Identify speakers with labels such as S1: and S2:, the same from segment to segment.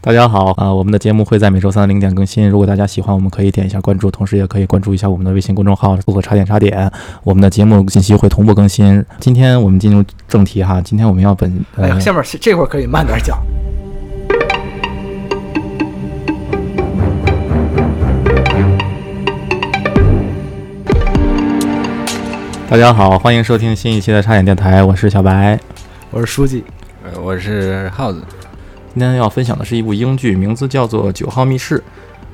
S1: 大家好啊、我们的节目会在每周三零点更新。如果大家喜欢，我们可以点一下关注，同时也可以关注一下我们的微信公众号，搜索“茶点茶点”。我们的节目信息会同步更新。今天我们进入正题哈，今天我们要本
S2: 哎呀，
S1: 呃
S2: 下面是这会儿可以慢点 讲。
S1: 大家好，欢迎收听新一期的差点电台，我是小白。
S2: 我是书记，
S3: 呃我是耗子，
S1: 今天要分享的是一部英剧，名字叫做《九号密室》。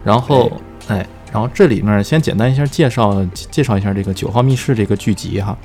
S1: 然后，哎，然后这里面先简单一下介绍介绍一下这个《九号密室》这个剧集哈。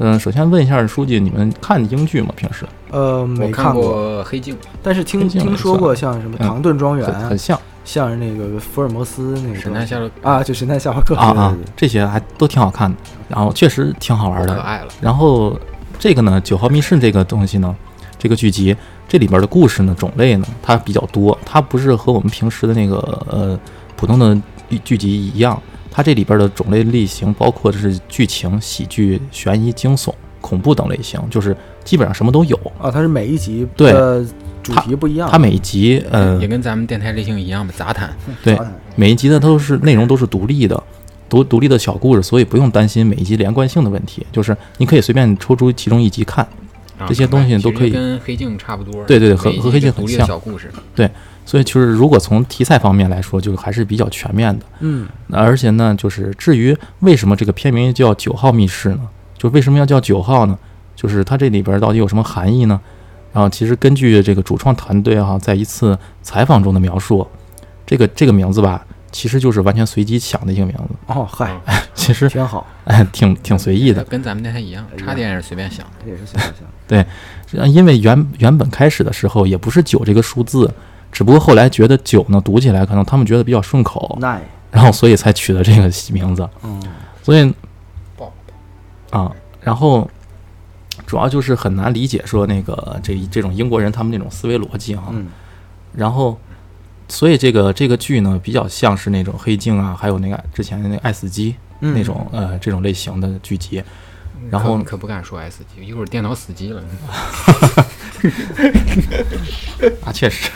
S1: 嗯，首先问一下书记，你们看英剧吗？平时
S2: 呃，没
S3: 我看
S2: 过，
S3: 过《黑镜》，
S2: 但是听
S1: 推荐了
S2: 听说过像什么
S1: 嗯
S2: 唐顿庄园
S1: 很，很像
S2: 像是那个福尔摩斯那个
S3: 神探夏洛克
S2: 啊，就神探夏洛克
S1: 啊啊，这些还都挺好看的，然后确实挺好玩
S3: 可
S1: 的。
S3: 爱了，
S1: 然后这个呢，《九号密室》这个东西呢，这个剧集这里边的故事呢，种类呢，它比较多，它不是和我们平时的那个呃普通的剧剧集一样，它这里边的种类类型包括是剧情、喜剧、悬疑、惊悚、恐怖等类型，就是基本上什么都有。
S2: 啊，它是每一集
S1: 对
S2: 的主题不一样，
S1: 它每一集，呃
S3: 也，跟咱们电台类型一样吧，杂谈。
S1: 对每一集的都是内容都是独立的，独独立的小故事，所以不用担心每一集连贯性的问题，就是你可以随便抽出其中一集看。
S3: 啊
S1: 这些东西都可以
S3: 其实跟《黑镜》差不多。
S1: 对对对和
S3: 每一集
S1: 和黑镜
S3: 是独
S1: 很
S3: 立
S1: 像
S3: 的小故事，
S1: 所以就是如果从题材方面来说，就是还是比较全面的。
S2: 嗯，
S1: 那而且呢，就是至于为什么这个片名叫九号密室呢？就为什么要叫九号呢？就是它这里边到底有什么含义呢？然后其实根据这个主创团队哈、在一次采访中的描述，这个这个名字吧，其实就是完全随机想的一个名字，
S2: 哦，
S3: 嗯
S2: 嗨，
S1: 其实
S2: 挺好，
S1: 哎挺挺随意的。
S3: 呃
S1: 哎
S3: 跟咱们电台一样，差点也是随便想。
S2: 也是想想，
S1: 呃因为原原本开始的时候也不是九这个数字，只不过后来觉得九呢读起来可能他们觉得比较顺口，
S2: 那也
S1: 然后所以才取的这个名字。
S2: 嗯，
S1: 所以
S3: 爆
S1: 啊，然后主要就是很难理解说那个这这种英国人他们那种思维逻辑哈、
S2: 嗯
S1: 然后，所以这个这个剧呢比较像是那种黑镜啊，还有那个之前的那个爱死机、
S2: 嗯
S1: 那种呃这种类型的剧集。然后
S3: 可可不敢说 S 级，一会儿电脑死机了。
S1: 啊，确实。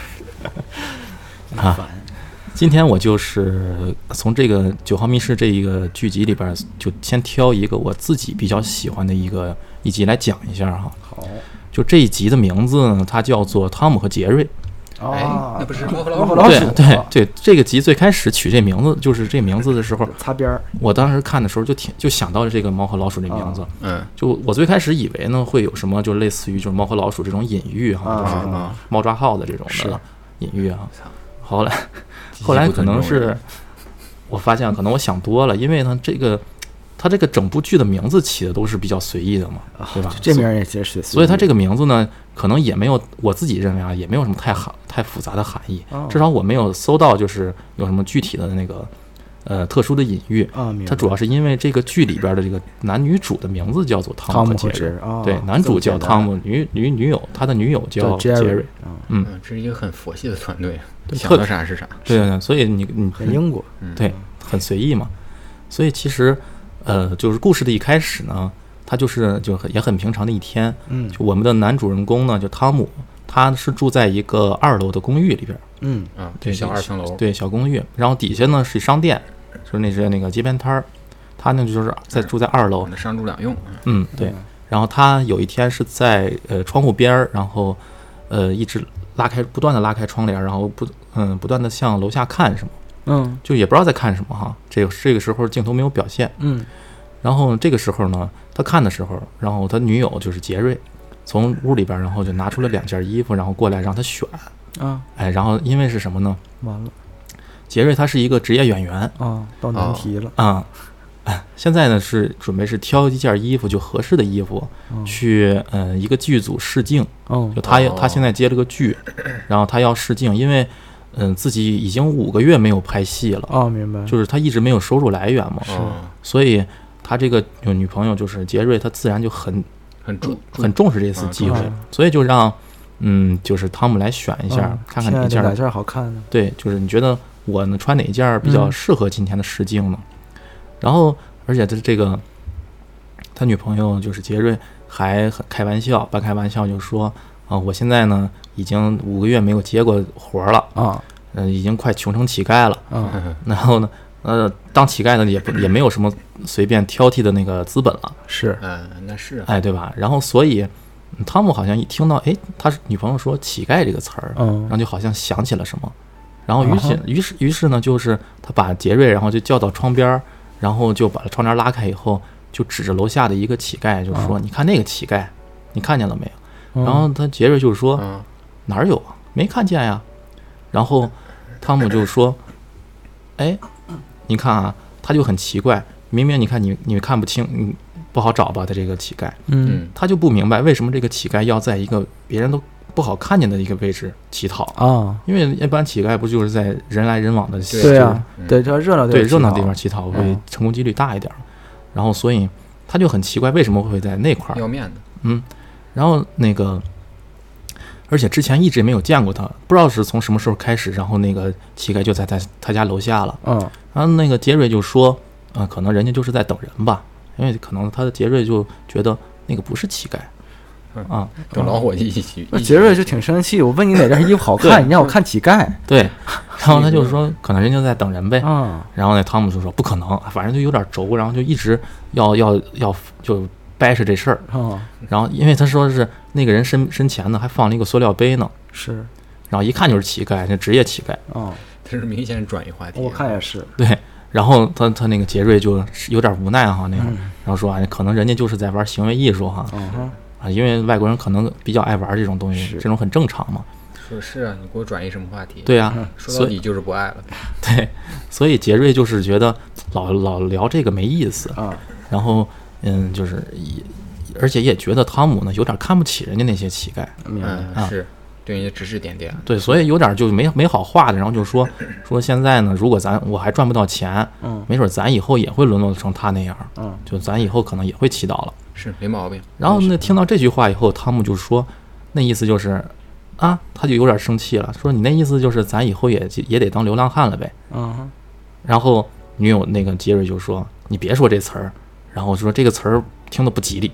S2: 嗯
S1: 啊，今天我就是呃从这个《九号密室》这一个剧集里边儿，就先挑一个我自己比较喜欢的一个一集来讲一下哈。
S2: 好
S1: 就这一集的名字呢，它叫做《汤姆和杰瑞》。
S3: 哎
S2: 啊，，
S3: 那不哦是猫和
S2: 猫
S3: 老
S2: 和老啊
S3: 鼠吗？
S1: 对
S2: 鼠
S1: 对对，这个集最开始取这名字，就是这名字的时候，
S2: 擦边儿，
S1: 我当时看的时候就挺就想到了这个猫和老鼠这名字。
S3: 嗯
S1: 就我最开始以为呢，会有什么就类似于就是猫和老鼠这种隐喻哈，
S2: 啊
S1: 就是
S3: 啊啊，
S1: 猫抓耗子这种
S3: 是
S1: 的隐喻啊
S3: 操。
S1: 后来后来可能是我发现，可能我想多了，因为呢，这个它这个整部剧的名字起的都是比较随意的嘛，对吧？
S2: 啊这名儿也其实是，
S1: 所以它这个名字呢，可能也没有我自己认为啊，也没有什么太含太复杂的含义，
S2: 哦
S1: 至少我没有搜到就是有什么具体的那个呃特殊的隐喻。
S2: 啊，明白
S1: 它主要是因为这个剧里边的这个男女主的名字叫做汤
S2: 汤
S1: 姆
S2: 姆
S1: 和
S2: 和
S1: 杰瑞哦
S2: 杰，啊，
S1: 对，男主叫汤姆，女女女友他的女友
S2: 这么
S1: 叫
S2: 简
S1: 杰
S2: 单，叫
S1: 瑞
S2: Jerry，，嗯，
S3: 嗯，这是一个很佛系的团队，
S1: 对
S3: 想
S1: 特
S3: 到啥是啥。
S1: 对对对，所以你你
S2: 很英国，
S1: 对，很随意嘛。所以其实，呃，就是故事的一开始呢，他就是就很也很平常的一天。
S2: 嗯
S1: 就我们的男主人公呢，就汤姆，他是住在一个二楼的公寓里边儿，
S2: 嗯
S3: 啊，
S1: 对，
S3: 小二层楼，
S1: 对，小公寓。然后底下呢是商店，就是那些那个街边摊儿。他呢就是在住在二楼
S3: 我，们上住两用。嗯
S1: 嗯，对。然后他有一天是在呃窗户边儿，然后呃一直拉开，不断的拉开窗帘儿，然后不嗯不断的向楼下看什么，
S2: 嗯
S1: 就也不知道在看什么哈。这个这个时候镜头没有表现，
S2: 嗯，
S1: 然后这个时候呢，他看的时候，然后他女友就是杰瑞，从屋里边，然后就拿出了两件衣服，然后过来让他选。
S2: 啊，
S1: 哎，然后因为是什么呢？
S2: 完了
S1: 杰瑞他是一个职业演员
S2: 啊，到难题了，
S1: 啊、 哎现在呢是准备是挑一件衣服，就合适的衣服
S2: 嗯
S1: 去呃一个剧组试镜。
S2: 哦
S1: 就他也
S3: 哦
S1: 他现在接了个剧，然后他要试镜，因为嗯、自己已经五个月没有拍戏了，
S2: 哦，明白，
S1: 就是他一直没有收入来源嘛，
S3: 哦，
S1: 所以他这个有女朋友就是杰瑞，他自然就很
S3: 很注注
S1: 很重视这次机会
S2: 啊重视，
S1: 所以就让嗯，就是汤姆来选一下
S2: 嗯，
S1: 看看
S2: 现
S1: 哪
S2: 在
S1: 一件
S2: 哪
S1: 儿
S2: 件儿好看呢？
S1: 对，就是你觉得我能穿哪一件儿比较
S2: 嗯
S1: 适合今天的试镜呢？然后，而且这这个他女朋友就是杰瑞还很开玩笑，半开玩笑就说啊，我现在呢已经五个月没有接过活儿了，
S2: 啊
S1: 嗯、已经快穷成乞丐了。
S2: 啊
S1: 然后呢，呃，当乞丐呢也不也没有什么随便挑剔的那个资本了，
S2: 是
S3: 嗯，那是啊，
S1: 哎，对吧？然后所以嗯汤姆好像一听到，哎，他是女朋友说乞丐这个词儿，
S2: 嗯
S1: 然后就好像想起了什么，然后于
S2: 啊
S1: 是
S2: 哈
S1: 于是于是呢，就是他把杰瑞，然后就叫到窗边儿，然后就把窗帘拉开以后，就指着楼下的一个乞丐就说：“你看那个乞丐，你看见了没有？”
S2: 啊嗯
S1: 然后他杰瑞就说：“
S3: 嗯，
S1: 哪儿有啊？没看见呀。然后汤姆就说：“哎，你看啊，他就很奇怪，明明你看你你看不清，你不好找吧？他这个乞丐，
S2: 嗯
S3: 嗯
S1: 他就不明白为什么这个乞丐要在一个别人都不好看见的一个位置乞讨，
S2: 啊
S1: 因为一般乞丐不就是在人来人往的
S3: 对
S2: 对
S1: 就是
S2: 啊
S3: 嗯
S2: 对，这热闹地
S1: 对
S2: 儿
S1: 热闹
S2: 乞
S1: 地
S2: 讨
S1: 方乞讨会
S2: 嗯
S1: 成功几率大一点儿，然后所以他就很奇怪为什么会在那块儿，
S3: 要面子，
S1: 然后那个，而且之前一直没有见过他，不知道是从什么时候开始，然后那个乞丐就在他他家楼下了。
S2: 嗯
S1: 然后那个杰瑞就说，啊、可能人家就是在等人吧，因为可能他的杰瑞就觉得那个不是乞丐
S3: 嗯，
S1: 啊，
S3: 等老伙计一起
S2: 那
S3: 一起
S2: 杰瑞就挺生气，我问你哪件衣服好看，你让我看乞丐
S1: 对。然后他就说，可能人家在等人呗。
S2: 啊
S1: 然后那汤姆就说不可能，反正就有点轴，然后就一直要要要就掰扯这事儿。
S2: 啊
S1: 然后因为他说是那个人身身前呢还放了一个塑料杯呢，
S2: 是
S1: 然后一看就是乞丐，就职业乞丐。
S2: 啊，
S3: 这是明显转移话题。啊
S2: 我看也是
S1: 对，然后他他那个杰瑞就是有点无奈哈那样，然后说啊，可能人家就是在玩行为艺术哈
S2: 啊哈
S1: 啊，因为外国人可能比较爱玩这种东西，
S2: 是
S1: 这种很正常嘛。
S3: 说是啊，你给我转移什么话题？，
S1: 对啊，
S3: 说到
S1: 所以
S3: 底就是不爱了。
S1: 对，所以杰瑞就是觉得老老聊这个没意思，
S2: 啊
S1: 然后嗯，就是也而且也觉得汤姆呢有点看不起人家那些乞丐，
S2: 明白
S3: 嗯
S1: 啊，
S3: 是对人家指指点点。
S1: 对，所以有点就没没好话的，然后就说 说现在呢，如果咱我还赚不到钱，
S2: 嗯
S1: 没准咱以后也会沦落成他那样儿，
S2: 嗯
S1: 就咱以后可能也会祈祷了。
S3: 是没毛病。
S1: 然后呢，听到这句话以后，汤姆就说，那意思就是，啊，他就有点生气了，说你那意思就是咱以后也也得当流浪汉了呗。
S2: 啊
S1: 然后女友那个杰瑞就说，你别说这词儿，然后说这个词儿听的不吉利，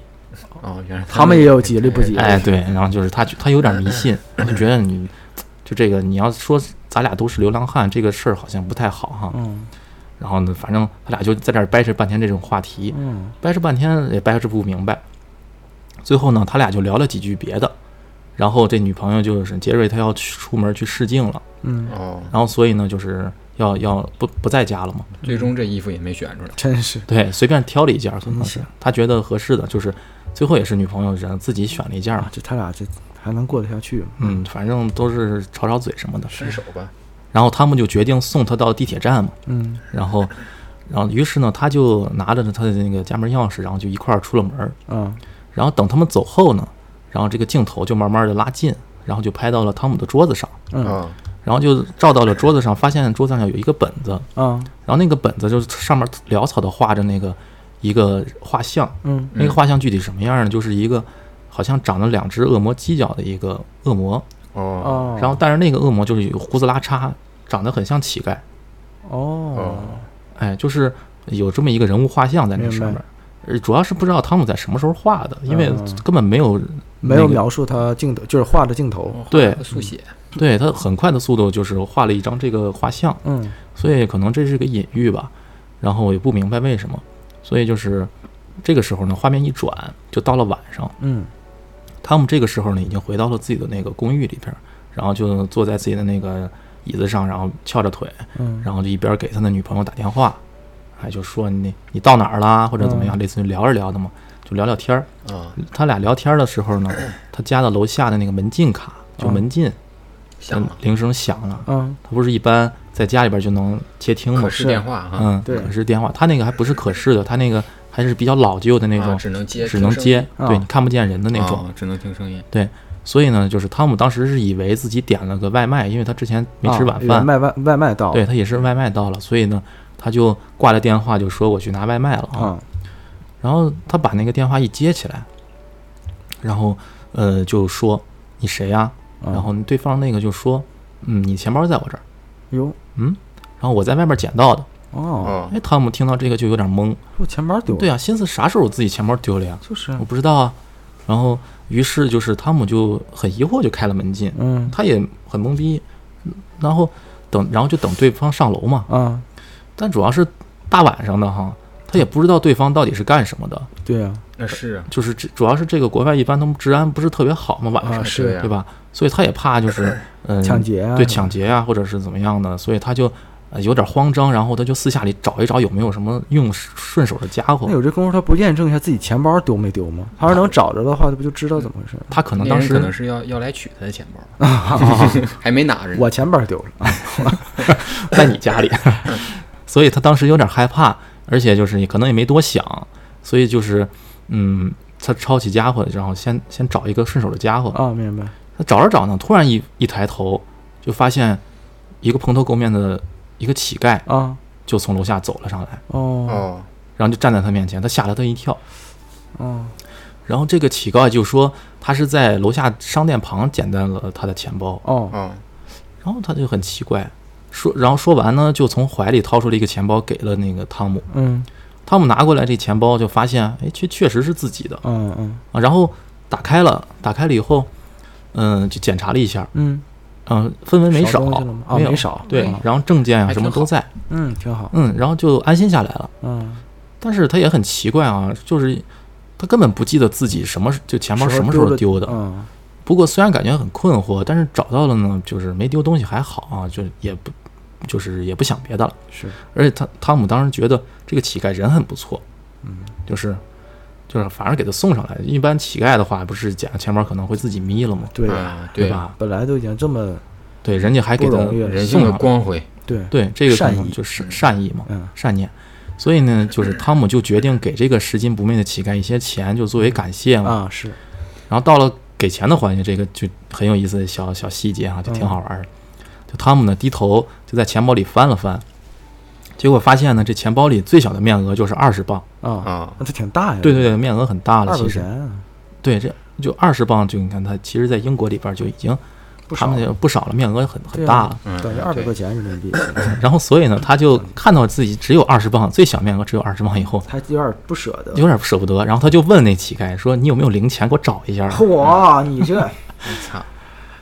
S3: 哦，原来
S2: 他们也有吉利不吉利
S1: 哎，对，然后就是他他有点迷信，我就觉得你就这个你要说咱俩都是流浪汉这个事儿好像不太好哈。
S2: 嗯
S1: 然后呢，反正他俩就在这儿掰扯半天这种话题，
S2: 嗯
S1: 掰扯半天也掰扯不明白。最后呢，他俩就聊了几句别的，然后这女朋友就是杰瑞，他要去出门去试镜了，
S2: 嗯，
S3: 哦，
S1: 然后所以呢，就是要要不不在家了嘛，
S3: 最终这衣服也没选出来。
S2: 真是
S1: 对，随便挑了一件儿，可能
S2: 真
S1: 嗯是
S2: 是
S1: 他觉得合适的，就是最后也是女朋友然后自己选了一件儿嘛
S2: 啊，，这他俩这还能过得下去吗？
S1: 嗯，反正都是吵吵嘴什么的，
S3: 分手吧，
S1: 然后他们就决定送她到地铁站嘛，
S2: 嗯
S1: 然后。然后，于是呢，他就拿着他的那个家门钥匙，然后就一块儿出了门儿。
S2: 啊
S1: 然后等他们走后呢，然后这个镜头就慢慢的拉近，然后就拍到了汤姆的桌子上，
S2: 嗯
S3: 啊，
S1: 然后就照到了桌子上，发现桌子上有一个本子，
S2: 啊
S1: 然后那个本子就是上面潦草的画着那个一个画像，
S2: 嗯
S1: 那个画像具体什么样呢？就是一个好像长了两只恶魔犄角的一个恶魔，
S3: 哦，
S2: 哦，
S1: 然后但是那个恶魔就是有胡子拉碴，长得很像乞丐，
S2: 哦
S1: 哎，就是有这么一个人物画像在那上
S2: 明
S1: 面
S2: 白。
S1: 呃主要是不知道汤姆在什么时候画的，因为
S2: 嗯
S1: 根本没有
S2: 没有
S1: 那个
S2: 描述他镜头，就是画的镜头，
S3: 哦
S1: 对
S3: 速写，
S1: 对他很快的速度就是画了一张这个画像，
S2: 嗯
S1: 所以可能这是个隐喻吧。然后我也不明白为什么，所以就是这个时候呢，画面一转就到了晚上，
S2: 嗯
S1: 汤姆这个时候呢已经回到了自己的那个公寓里边儿，然后就坐在自己的那个椅子上，然后翘着腿，
S2: 嗯，
S1: 然后就一边给他的女朋友打电话，哎，就说你你到哪儿啦，或者怎么
S2: 嗯
S1: 样，类似于聊着聊的嘛，就聊聊天儿。
S3: 啊，
S1: 他俩聊天儿的时候呢，他家的楼下的那个门禁卡就门禁
S3: 想了，
S1: 铃声响了。
S2: 嗯
S1: 它不是一般在家里边就能接听吗
S3: 可？视电话啊哈，
S1: 嗯，
S2: 对
S1: 可视电话，它那个还不是可视的，它那个还是比较老旧的那
S3: 啊
S1: 种，
S3: 只能接，
S1: 只能接，
S2: 啊
S1: 对你看不见人的
S3: 听
S1: 那
S3: 声音
S1: 种。
S3: 啊只能听声音。
S1: 所以呢，就是汤姆当时是以为自己点了个外卖，因为他之前没吃
S2: 啊
S1: 晚
S2: 有
S1: 饭，
S2: 外外外卖到，
S1: 对他也是外卖到了，所以呢，他就挂了电话，就说我去拿外卖了啊。
S2: 啊
S1: 然后他把那个电话一接起来，然后呃就说你谁呀、
S2: 啊
S1: 然后对方那个就说嗯你钱包在我这儿，
S2: 哟
S1: 然后我在外面捡到的。
S2: 哦，
S3: 哦，
S1: 哎，汤姆听到这个就有点懵，
S2: 我钱包丢了，
S1: 对啊，心思啥时候我自己钱包丢了呀？
S2: 就是啊
S1: 我不知道啊。然后于是就是汤姆就很疑惑，就开了门进，
S2: 嗯
S1: 他也很懵逼，然后等然后就等对方上楼嘛，
S2: 啊，
S1: 但主要是大晚上的哈，他也不知道对方到底是干什么的，
S2: 对啊，
S3: 那是啊，
S1: 就是这主要是这个国外一般他们治安不是特别好嘛，晚上、
S2: 啊
S3: 是
S2: 是
S3: 呀
S1: 对吧？所以他也怕就是嗯、
S2: 抢劫啊，
S1: 对抢劫啊，或者是怎么样的，所以他就。呃有点慌张，然后他就私下里找一找有没有什么用顺手的家伙
S2: 那。有这功夫，他不验证一下自己钱包丢没丢吗？他要是能找着的话，他不就知道怎么回事了？
S1: 他可能
S3: 那
S1: 当
S3: 人
S1: 时
S3: 可能是要要来取他的钱包， 还没拿着呢。
S2: 我钱包丢了，
S1: 在你家里， 所以他当时有点害怕，而且就是也可能也没多想，所以就是嗯，他抄起家伙，然后先先找一个顺手的家伙，
S2: 啊，明白，
S1: 他找着找呢，突然一一抬头就发现一个蓬头垢面的一个乞丐
S2: 啊，
S1: 就从楼下走了上来，
S2: 哦，
S3: 哦，
S1: 然后就站在他面前，他吓了他一跳，
S2: 哦，
S1: 然后这个乞丐就说他是在楼下商店旁捡到了他的钱包，
S2: 哦，
S3: 哦，
S1: 然后他就很奇怪。说，然后说完呢，就从怀里掏出了一个钱包，给了那个汤姆。
S2: 嗯，
S1: 汤姆拿过来这钱包，就发现，哎，确确实是自己的
S2: 嗯嗯
S1: 啊。然后打开了，打开了以后，嗯，就检查了一下，
S2: 嗯，
S1: 嗯、分文没
S2: 少
S1: 少
S2: 东西了吗，啊，
S1: 没有
S2: 没少，
S1: 对
S2: 啊，
S1: 然后证件啊
S3: 还
S1: 什么
S3: 挺
S1: 都
S3: 好
S1: 在，
S2: 嗯，挺好，
S1: 嗯，然后就安心下来了。
S2: 嗯，
S1: 但是他也很奇怪啊，就是他根本不记得自己什么就钱包什么时候丢的。
S2: 嗯，
S1: 不过虽然感觉很困惑，但是找到了呢，就是没丢东西还好啊，就也不就是也不想别的了。
S2: 是，
S1: 而且汤汤姆当时觉得这个乞丐人很不错，
S2: 嗯，
S1: 就是就是反而给他送上来。一般乞丐的话，不是捡个钱包可能会自己眯了吗？
S2: 嗯对，
S3: 啊，
S1: 对
S3: 对？
S1: 吧？
S2: 本来都已经这么
S1: 对，人家还给
S2: 不
S1: 他
S2: 容易了，
S3: 人性的光辉，
S2: 对，
S1: 对这个可
S2: 善
S1: 能
S2: 意
S1: 就是善意嘛，
S2: 嗯，
S1: 善念。所以呢，就是汤姆就决定给这个拾金不昧的乞丐一些钱，就作为感谢嘛。
S2: 啊，是，
S1: 然后到了给钱的环节，这个就很有意思的小小细节啊哈、就
S2: 嗯
S1: 挺好玩儿的。就汤姆呢低头就在钱包里翻了翻，结果发现呢这钱包里最小的面额就是二十磅。
S2: 啊，
S3: 啊，
S2: 那它挺大呀，
S1: 对对对，面额很大了，
S2: 二
S1: 其
S2: 百
S1: 实
S2: 钱
S1: 对这就二十磅，就你看它其实，在英国里边就已经
S2: 不
S1: 他
S2: 少
S1: 们，就不少了，面额很很
S2: 对啊
S1: 大了。
S3: 嗯，
S2: 等于二百
S3: 对
S2: 块钱人民币，
S1: 然后所以呢，他就看到自己只有二十磅，最小面额只有二十磅以后，
S2: 还有点不舍得。
S1: 有点舍不得，然后他就问那乞丐说：“你有没有零钱？给我找一下。
S2: 嚯，你这
S3: 我操，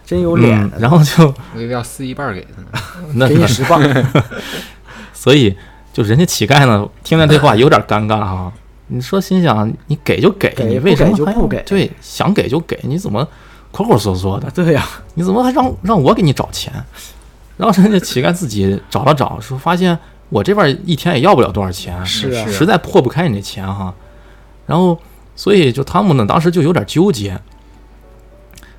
S2: 真有脸
S1: 嗯”
S2: 啊，
S1: 然后就
S3: 我以为要撕一半儿给他呢。
S1: 那
S2: 给你啊 十磅，
S1: 所以就人家乞丐呢，听见这话有点尴尬 哈、你说心想，你给就给，
S2: 给
S1: 你为什么
S2: 不给就
S1: 还要
S2: 不给
S1: 对，想给就给，你怎么抠抠缩缩的？
S2: 对呀，
S1: 你怎么还让让我给你找钱？然后人家乞丐自己找了找，说发现我这边一天也要不了多少钱，
S2: 是啊
S1: 实在破不开你这钱哈。然后，所以就汤姆呢，当时就有点纠结。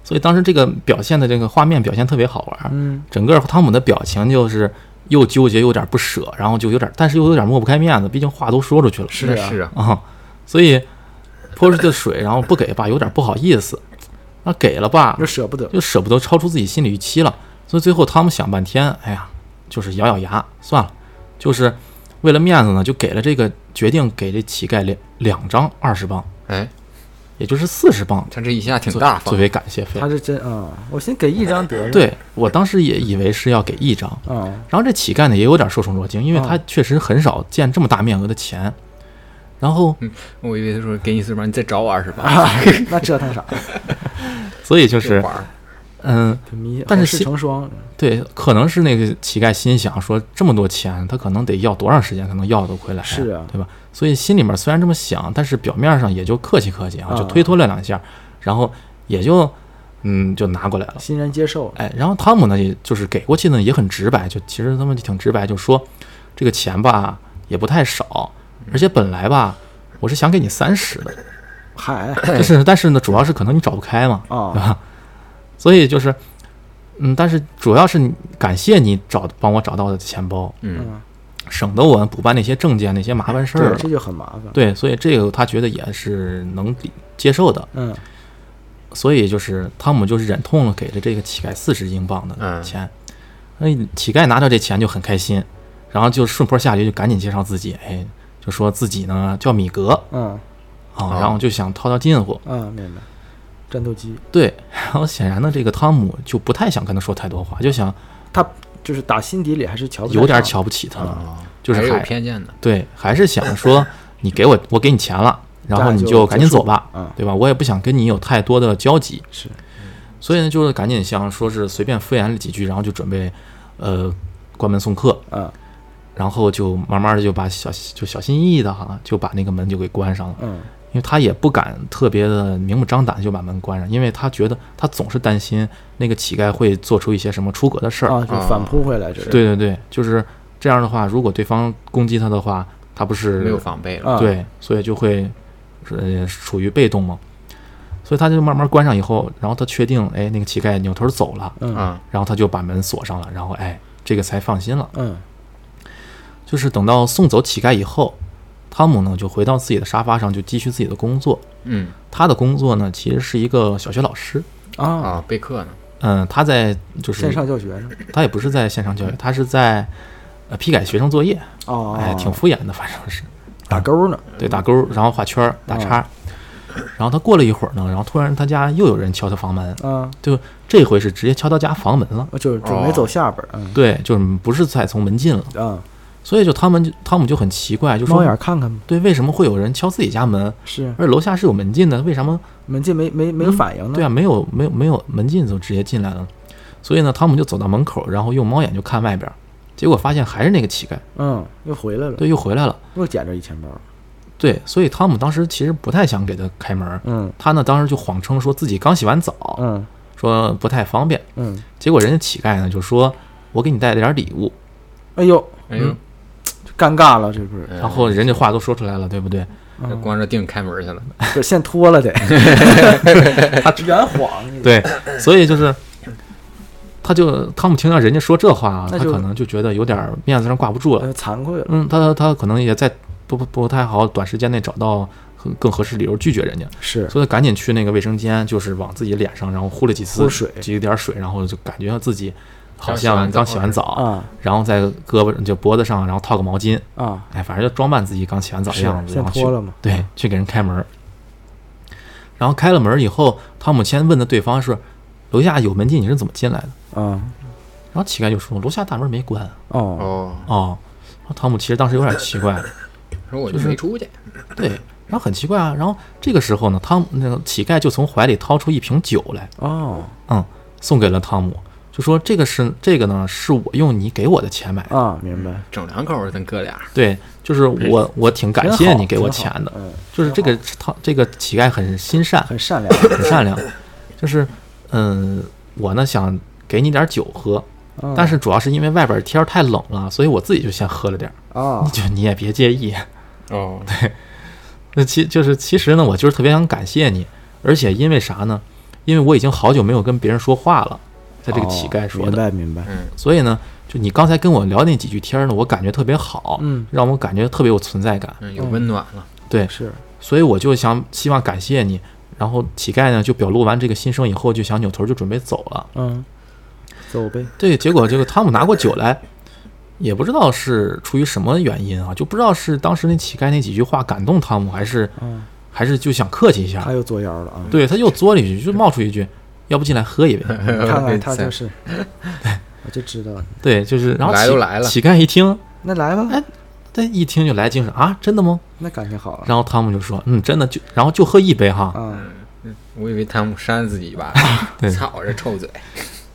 S1: 所以当时这个表现的这个画面表现特别好玩，
S2: 嗯，
S1: 整个汤姆的表情就是又纠结又有点不舍，然后就有点，但是又有点抹不开面子，毕竟话都说出去了
S2: 是
S3: 那
S2: 啊
S3: 是啊，
S1: 啊，所以泼出去的水，然后不给吧，有点不好意思；啊那给了吧
S2: 又，舍不得，
S1: 就舍不得超出自己心理预期了。所以最后汤姆想半天，哎呀，就是咬咬牙算了，就是为了面子呢，就给了这个决定给这乞丐两两张二十磅，
S3: 哎，
S1: 也就是四十磅，
S3: 他这一下挺大
S1: 作
S3: 方，
S1: 为感谢费
S2: 他。是真啊，我先给一张得了，
S1: 对我当时也以为是要给一张，
S2: 啊，
S1: 然后这乞丐呢也有点受宠若惊，因为他
S2: 嗯
S1: 确实很少见这么大面额的钱。然后，
S3: 我以为他说给你四十八，你再找我二十 八，
S2: 啊那折腾啥？
S1: 所以就
S3: 这
S1: 是
S3: 玩儿
S1: 嗯，
S2: 挺迷，
S1: 但是
S2: 好事
S1: 西
S2: 成双，
S1: 对，可能是那个乞丐心想说，这么多钱，他可能得要多长时间才能要得回来？
S2: 是啊
S1: 对吧？所以心里面虽然这么想，但是表面上也就客气客气啊，
S2: 啊
S1: 就推脱了两下，然后也就嗯就拿过来了。
S2: 欣然接受，
S1: 哎，然后汤姆呢，也就是给过去呢也很直白，就其实他们就挺直白，就说这个钱吧也不太少，而且本来吧我是想给你三十的，
S2: 嗨，
S1: 但是但是呢，主要是可能你找不开嘛，对
S2: 啊，
S1: 吧？所以就是，嗯，但是主要是感谢你找帮我找到的钱包，
S3: 嗯，
S2: 嗯，
S1: 省得我补办那些证件那些麻烦事儿
S2: 对，
S1: 了。
S2: 这就很麻烦，
S1: 对，所以这个他觉得也是能理接受的，
S2: 嗯，
S1: 所以就是汤姆就是忍痛了，给了这个乞丐四十英镑的
S3: 嗯
S1: 钱。
S2: 嗯
S1: 那、乞丐拿到这钱就很开心，然后就顺坡下驴，就赶紧介绍自己，哎，就说自己呢叫米格
S2: 嗯，
S1: 啊，
S3: 哦
S1: 然后就想套套近乎。
S2: 嗯，明白，战斗机，
S1: 对，然后显然呢，这个汤姆就不太想跟他说太多话，就想
S2: 他就是打心底里还是瞧不太啊
S1: 有点
S2: 上，
S1: 瞧不起他了，
S3: 哦
S1: 就是
S3: 还是有
S1: 还
S3: 偏见的，
S1: 对，还是想说你给我，我给你钱了，然后你
S2: 就
S1: 赶紧
S2: 结束
S1: 走吧，
S2: 嗯
S1: 对吧？我也不想跟你有太多的交集，
S2: 是，
S1: 所以呢，就是赶紧想说是随便敷衍了几句，然后就准备呃关门送客，
S2: 嗯
S1: 然后就慢慢的就把小就小心翼翼的哈，就把那个门就给关上了，
S2: 嗯
S1: 因为他也不敢特别的明目张胆地就把门关上，因为他觉得他总是担心那个乞丐会做出一些什么出格的事儿。
S2: 啊，就反扑回来这个，
S1: 对对对，就是这样的话，如果对方攻击他的话，他不是
S3: 没有防备了。
S2: 啊，
S1: 对，所以就会呃处于被动嘛。所以他就慢慢关上以后，然后他确定，哎，那个乞丐扭头走了，
S2: 嗯
S3: 啊，
S1: 然后他就把门锁上了，然后哎，这个才放心了。
S2: 嗯
S1: 就是等到送走乞丐以后，汤姆呢就回到自己的沙发上，就继续自己的工作。
S3: 嗯
S1: 他的工作呢其实是一个小学老师，
S2: 啊，
S3: 啊，备课呢，
S1: 嗯，他在就是
S2: 线上教学是吧？
S1: 他也不是在线上教育，他是在呃批改学生作业，
S2: 哦，
S1: 哎，挺敷衍的，反正是
S2: 打勾呢，
S1: 对打勾，然后画圈儿
S2: 哦
S1: 打叉。然后他过了一会儿呢，然后突然他家又有人敲他房门，
S2: 啊，
S1: 就这回是直接敲到家房门了。
S2: 就就没
S3: 哦
S2: 走下边儿，嗯
S1: 对，就是不是再从门进了，
S2: 啊，
S1: 所以就他们就汤姆就很奇怪，就
S2: 猫
S1: 说
S2: 眼儿看看吧，
S1: 对，为什么会有人敲自己家门？
S2: 是
S1: 而且楼下是有门禁的，为什么？
S2: 门禁没没没有反应呢，
S1: 对啊，没有没有没有门禁就直接进来了。所以呢，汤姆就走到门口，然后用猫眼就看外边儿，结果发现还是那个乞丐，
S2: 嗯，又回来了，
S1: 对，又回来了。
S2: 又捡着一钱包，
S1: 对，所以汤姆当时其实不太想给他开门儿，
S2: 嗯
S1: 他呢当时就谎称说自己刚洗完澡，
S2: 嗯
S1: 说不太方便。
S2: 嗯，
S1: 结果人家乞丐呢就说：“我给你带了点礼物。
S2: 哎呦，
S3: 哎呦
S1: 嗯，
S2: 这尴尬了，这不是，”
S3: 嗯
S1: 然后人家话都说出来了，对不对？
S2: 嗯
S3: 光着腚开门去了，
S2: 这现脱了得，他圆谎，你
S1: 对，所以就是，他就汤姆听到人家说这话啊，
S2: 那
S1: 他
S2: 就
S1: 可能就觉得有点面子上挂不住了。
S2: 呃惭愧了，
S1: 嗯，他他可能也在不不不太好短时间内找到更更合适理由拒绝人家，
S2: 是
S1: 所以他赶紧去那个卫生间，就是往自己脸上然后呼了几次
S2: 呼水
S1: 几点水，然后就感觉自己好
S3: 刚洗完
S1: 像
S3: 澡
S1: 刚洗完澡，
S2: 啊
S1: 然后在胳膊就脖子上，然后套个毛巾，
S2: 啊，
S1: 哎，反正就装扮自己刚洗完澡的
S2: 是
S1: 样子，
S2: 现
S1: 然后去
S2: 脱了嘛，
S1: 对，去给人开门儿。然后开了门儿以后，汤姆先问的对方是：“楼下有门禁，你是怎么进来的
S2: 啊？”
S1: 然后乞丐就说：“楼下大门没关。
S2: 哦，
S3: 哦”，
S1: 哦，然后汤姆其实当时有点奇怪，
S3: 说我就没出去，
S1: 对，然后很奇怪啊。然后这个时候呢，汤姆那个乞丐就从怀里掏出一瓶酒来，
S2: 哦
S1: 嗯，送给了汤姆，就说：“这个是这个呢，是我用你给我的钱买的。
S2: 啊，明白，
S3: 整两口儿，咱哥俩，
S1: 对，就是我我挺感
S2: 真
S1: 谢
S2: 好
S1: 你给我
S2: 真好
S1: 钱的，
S2: 嗯，
S1: 就是这个汤这个乞丐很心善，
S2: 很善良
S1: 很善 良，就是嗯，我呢想给你点酒喝，
S2: 嗯，
S1: 但是主要是因为外边天儿太冷了，所以我自己就先喝了点儿，
S2: 啊
S1: 你，就你也别介意。
S3: 哦，
S1: 那其就是其实呢，我就是特别想感谢你，而且因为啥呢？因为我已经好久没有跟别人说话了，在这个乞丐
S2: 哦
S1: 说
S2: 明
S1: 的，
S2: 白明白，
S3: 嗯，
S1: 所以呢，就你刚才跟我聊那几句天儿呢，我感觉特别好，
S2: 嗯
S1: 让我感觉特别有存在感，
S3: 嗯，有温暖了，
S1: 对，
S2: 是
S1: 所以我就想希望感谢你。然后乞丐呢就表露完这个心声以后，就想扭头就准备走了。
S2: 嗯， 走呗，
S1: 对，结果这个汤姆拿过酒来，也不知道是出于什么原因啊，就不知道是当时那乞丐那几句话感动汤姆，还是
S2: 嗯，
S1: 还是就想客气一下
S2: 他。又作妖了啊，
S1: 对，他又作了一句，就冒出一句，要不进来喝 一杯？
S2: 看看他就是， 我就知道，
S1: 对，就是，然后
S3: 来
S1: 乞
S3: 都来了
S1: 乞丐一听，
S2: 那来吧，
S1: 哎他一听就来精神啊，真的吗？
S2: 那感情好了
S1: 然后汤姆就说，嗯，真的就，然后就喝一杯哈。
S2: 啊，
S3: 我以为汤姆扇自己一巴
S1: 对，
S3: 操这臭嘴，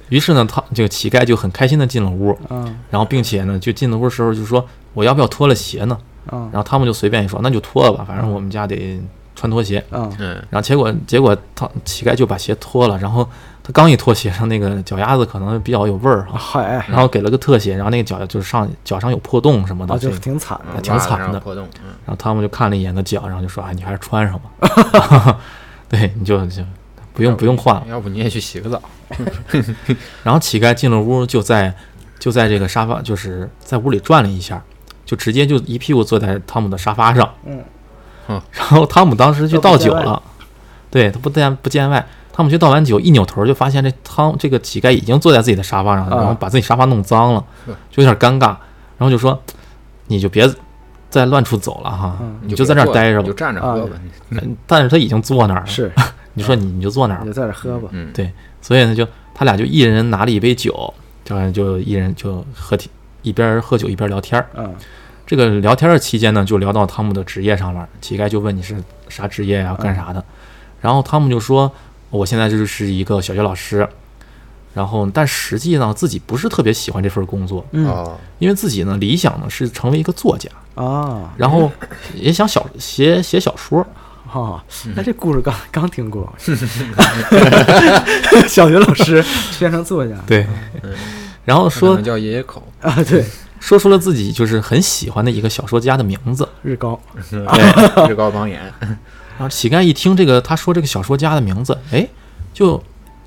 S1: 于是呢，他这个乞丐就很开心的进了屋，
S2: 嗯
S1: 然后并且呢，就进了屋的时候就说，我要不要脱了鞋呢？
S2: 嗯
S1: 然后汤姆就随便一说，那就脱了吧，反正我们家得穿拖鞋。
S2: 嗯，
S3: 嗯，
S1: 然后结果结果他乞丐就把鞋脱了，然后他刚一脱鞋上那个脚丫子可能比较有味儿啊，
S2: 嗨，
S1: 然后给了个特写，然后那个脚就是上脚上有破洞什么
S3: 哦
S1: 的，
S2: 啊，
S1: 这
S2: 就
S1: 个
S2: 挺惨的，
S1: 还挺惨的
S3: 袜子上破洞，嗯，
S1: 然后汤姆就看了一眼他脚，然后就说：“哎，你还是穿上 吧。”对，你就就不用不用换了。
S3: 要不你也去洗个澡，
S1: 然后乞丐进了屋，就在就在这个沙发，就是在屋里转了一下，就直接就一屁股坐在汤姆的沙发上。
S2: 嗯
S3: 嗯
S1: 然后汤姆当时去倒酒
S2: 都不见
S1: 了，对他不见不见外，汤姆去倒完酒，一扭头就发现这汤这个乞丐已经坐在自己的沙发上了，
S2: 啊
S1: 然后把自己沙发弄脏了
S3: 是，
S1: 就有点尴尬，然后就说：“你就别再乱处走了哈，
S2: 嗯
S1: 你就在那儿
S3: 别坐
S1: 待着
S3: 你
S1: 吧
S3: 就。站着喝吧，啊你
S1: 嗯”但是他已经坐那儿了，
S2: 是，
S1: 你说你你就坐那儿吧
S2: 你就在这儿喝吧，
S3: 嗯，
S1: 对，所以呢，就他俩就一人拿了一杯酒，这样就一人就喝天，一边喝酒一边聊天儿。
S2: 嗯，
S1: 这个聊天的期间呢，就聊到汤姆的职业上面儿，乞丐就问你是啥职业呀、干
S3: 嗯
S1: 啥的，然后汤姆就说我现在就是一个小学老师，然后但实际呢自己不是特别喜欢这份工作，
S2: 嗯
S3: 啊，
S1: 因为自己呢理想呢是成为一个作家，
S2: 啊，
S1: 然后也想小写写小说，
S2: 哈，哦
S1: 嗯
S2: 那这故事刚刚 听过， 小学老师变成作家
S1: 对，然后
S3: 嗯可
S1: 说
S3: 能叫爷爷口，
S2: 啊，对，
S1: 说出了自己就是很喜欢的一个小说家的名字，
S2: 日高
S3: 对，日高榜眼，
S1: 然后乞丐一听这个，他说这个小说家的名字，哎，就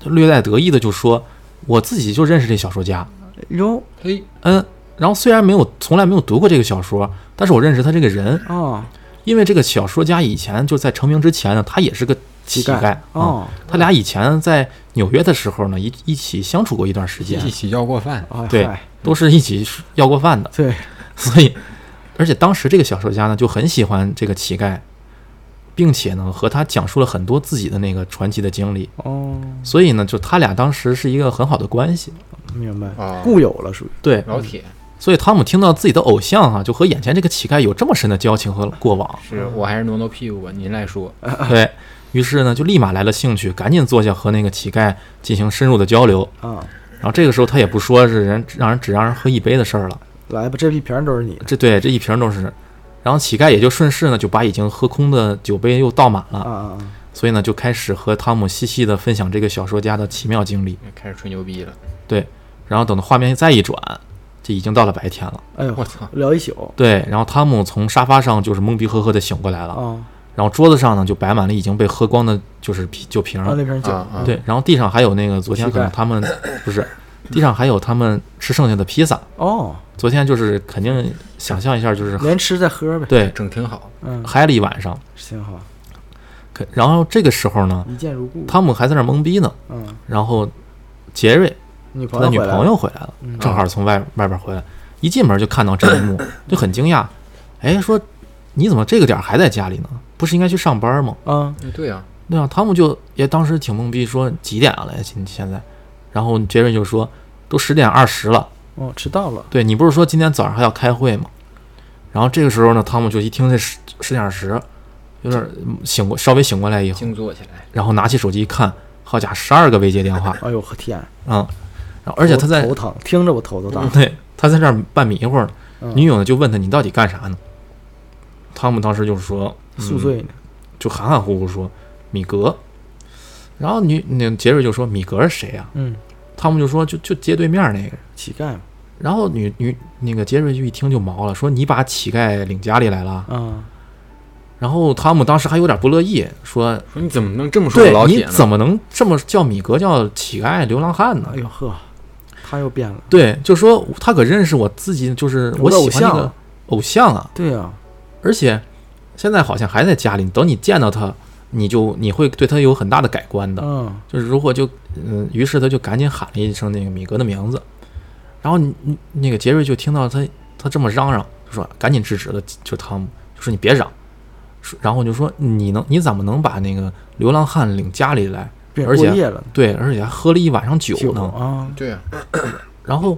S1: 略带得意的就说，我自己就认识这小说家，
S2: 哟
S3: 嘿，
S1: 嗯，然后虽然没有从来没有读过这个小说，但是我认识他这个人，
S2: 啊，
S1: 因为这个小说家以前就在成名之前呢，他也是个乞
S2: 乞丐
S1: 丐啊，
S2: 哦，
S1: 他俩以前在纽约的时候呢，一一起相处过一段时间
S3: 一，起要过饭，
S2: 啊
S1: 对
S2: 嗨
S1: 都是一起要过饭的，
S2: 对，
S1: 所以，而且当时这个小说家呢就很喜欢这个乞丐，并且呢和他讲述了很多自己的那个传奇的经历，
S2: 哦，
S1: 所以呢就他俩当时是一个很好的关系。
S2: 明白
S3: 啊，
S2: 固有了属于
S1: 对，
S3: 老铁，
S1: 所以汤姆听到自己的偶像哈、就和眼前这个乞丐有这么深的交情和过往，
S3: 是我还是挪挪屁股吧，您来说，
S1: 对于是呢就立马来了兴趣，赶紧坐下和那个乞丐进行深入的交流。
S2: 啊，
S1: 然后这个时候他也不说是人让人只让人喝一杯的事儿了，
S2: 来吧，这一瓶都是你的
S1: 这对这一瓶都是。然后乞丐也就顺势呢，就把已经喝空的酒杯又倒满了，
S2: 啊啊
S1: 所以呢，就开始和汤姆细细的分享这个小说家的奇妙经历。
S3: 开始吹牛逼了，
S1: 对，然后等到画面再一转，这已经到了白天了。
S2: 哎
S3: 我
S2: 呦，
S3: 操，
S2: 聊一宿
S1: 对，然后汤姆从沙发上就是懵逼呵呵的醒过来了，
S2: 啊，
S1: 然后桌子上呢就摆满了已经被喝光的，就是啤酒瓶
S2: 然后
S1: 儿。
S2: 那瓶酒嗯
S3: 啊啊
S1: 嗯哦对，然后地上还有那个昨天可能他们不是，地上还有他们吃剩下的披萨。
S2: 哦，
S1: 昨天就是肯定想象一下，就是
S2: 连吃带喝呗，
S1: 对
S3: 整挺好，
S2: 嗯，
S1: 嗨了一晚上。
S2: 挺好，
S1: 可然后这个时候呢，
S2: 一见如故，
S1: 汤姆还在那儿懵逼呢，
S2: 嗯，
S1: 然后杰瑞
S2: 女
S1: 他
S2: 朋
S1: 的女
S2: 友回来了
S1: 朋友回来了，
S2: 嗯
S1: 正好从外外边回来，一进门就看到这一幕，就很惊讶，哎，说你怎么这个点儿还在家里呢？不是应该去上班吗？
S2: 啊，
S3: 嗯对啊，
S1: 对啊，汤姆就也当时挺懵逼，说几点了呀？今现在，然后杰瑞就说都十点二十了，
S2: 哦，迟到了，
S1: 对你不是说今天早上还要开会吗？然后这个时候呢，汤姆就一听这十十点二十，有点嗯醒过，稍微醒过来以后，
S3: 静坐起来，
S1: 然后拿起手机一看，好家伙，十二个未接电话，
S2: 哎呦我天，
S1: 嗯，然后而且他在
S2: 头头疼，听着我 头都大，
S1: 对，他在这儿半迷糊呢。
S2: 嗯
S1: 女友呢就问他：“你到底干啥呢？”汤姆当时就说：“嗯
S2: 宿醉呢，
S1: 就含含糊糊说：“米格。”然后女那杰瑞就说：“米格是谁啊呀、
S2: 嗯，
S1: 汤姆就说：“就就街对面那个。
S2: 乞丐嘛，”
S1: 然后女女那个杰瑞就一听就毛了，说：“你把乞丐领家里来了
S2: 啊，？”
S1: 然后汤姆当时还有点不乐意，说
S3: 说你怎么能这么：“说
S1: 对
S3: 我老
S1: 你
S3: 铁呢？
S1: 怎么能这么叫米格叫乞丐流浪汉呢
S2: 哎？”呦呵，他又变了，
S1: 对，就说他可认识我自己，就是
S2: 我
S1: 我
S2: 的偶
S1: 喜欢那
S2: 像
S1: 个偶像啊。
S2: 对呀，
S1: 而且现在好像还在家里，等你见到他，你就你会对他有很大的改观的。
S2: 嗯，
S1: 就是如果就嗯，于是他就赶紧喊了一声那个米格的名字，然后你你那个杰瑞就听到他他这么嚷嚷，就说赶紧制止了，就汤姆就说你别嚷，说然后就说你能你怎么能把那个流浪汉领家里来？
S2: 并
S1: 而
S2: 过
S1: 且
S2: 夜了呢，
S1: 对，而且还喝了一晚上酒
S2: 酒
S1: 呢。
S2: 啊，
S3: 对啊，
S1: 然后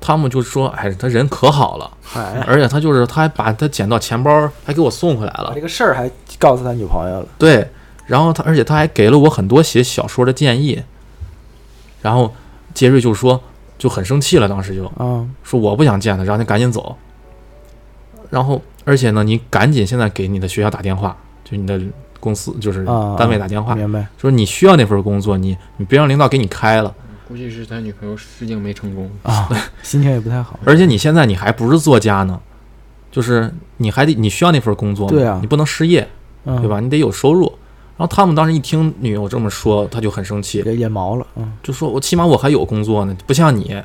S1: 汤姆就说：“哎，他人可好了，
S2: 嗨，
S1: 而且他就是他还把他捡到钱包还给我送回来了
S2: 把这。个事儿还告诉他女朋友了，
S1: 对，然后他而且他还给了我很多写小说的建议，然后杰瑞就说就很生气了，当时就
S2: 啊，
S1: 说我不想见他，让他赶紧走。然后而且呢，你赶紧现在给你的学校打电话，就你的公司就是
S2: 啊
S1: 单位打电话，
S2: 明白，
S1: 说你需要那份工作，你你别让领导给你开了，
S3: 嗯估计是他女朋友试镜没成功，
S2: 啊，心情也不太好，
S1: 而且你现在你还不是作家呢。就是你还得你需要那份工作嘛，
S2: 对啊
S1: 你不能失业，
S2: 嗯
S1: 对？吧？你得有收入。然后汤姆当时一听女友这么说，他就很生气，
S2: 也也毛了，嗯，
S1: 就说我起码我还有工作呢，不像你，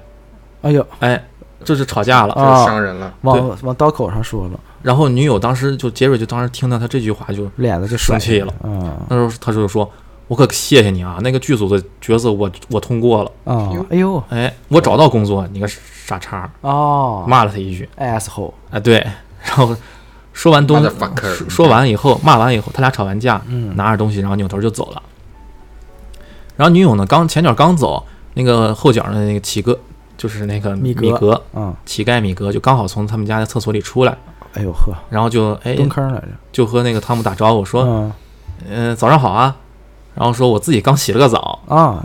S2: 哎呦，
S1: 哎，这是吵架了。
S2: 啊
S3: 就是伤人了，
S2: 往往刀口上说了，
S1: 然后女友当时就杰瑞就当时听到他这句话就，
S2: 脸子就
S1: 生
S2: 甩
S1: 气
S2: 下来，嗯
S1: 那时候他就说，我可谢谢你啊，那个剧组的角色我我通过了，
S2: 啊，哎呦，
S1: 哎，我找到工作，你个傻叉，
S2: 哦
S1: 骂了他一句，
S2: ，asshole，
S1: 哎，对， 然后说完东
S3: Motherfucker
S1: 说说完以后，骂完以后，他俩吵完架，
S2: 嗯
S1: 拿着东西然后扭头就走了。然后女友呢，刚前脚刚走，那个后脚的那个乞丐就是那个
S2: 米格
S1: 米格
S2: 嗯，
S1: 乞丐米格，就刚好从他们家的厕所里出来，
S2: 哎呦呵，
S1: 然后就哎
S2: 蹲坑来着，
S1: 就和那个汤姆打招呼说，
S2: 嗯
S1: 呃早上好啊，然后说我自己刚洗了个澡，
S2: 啊，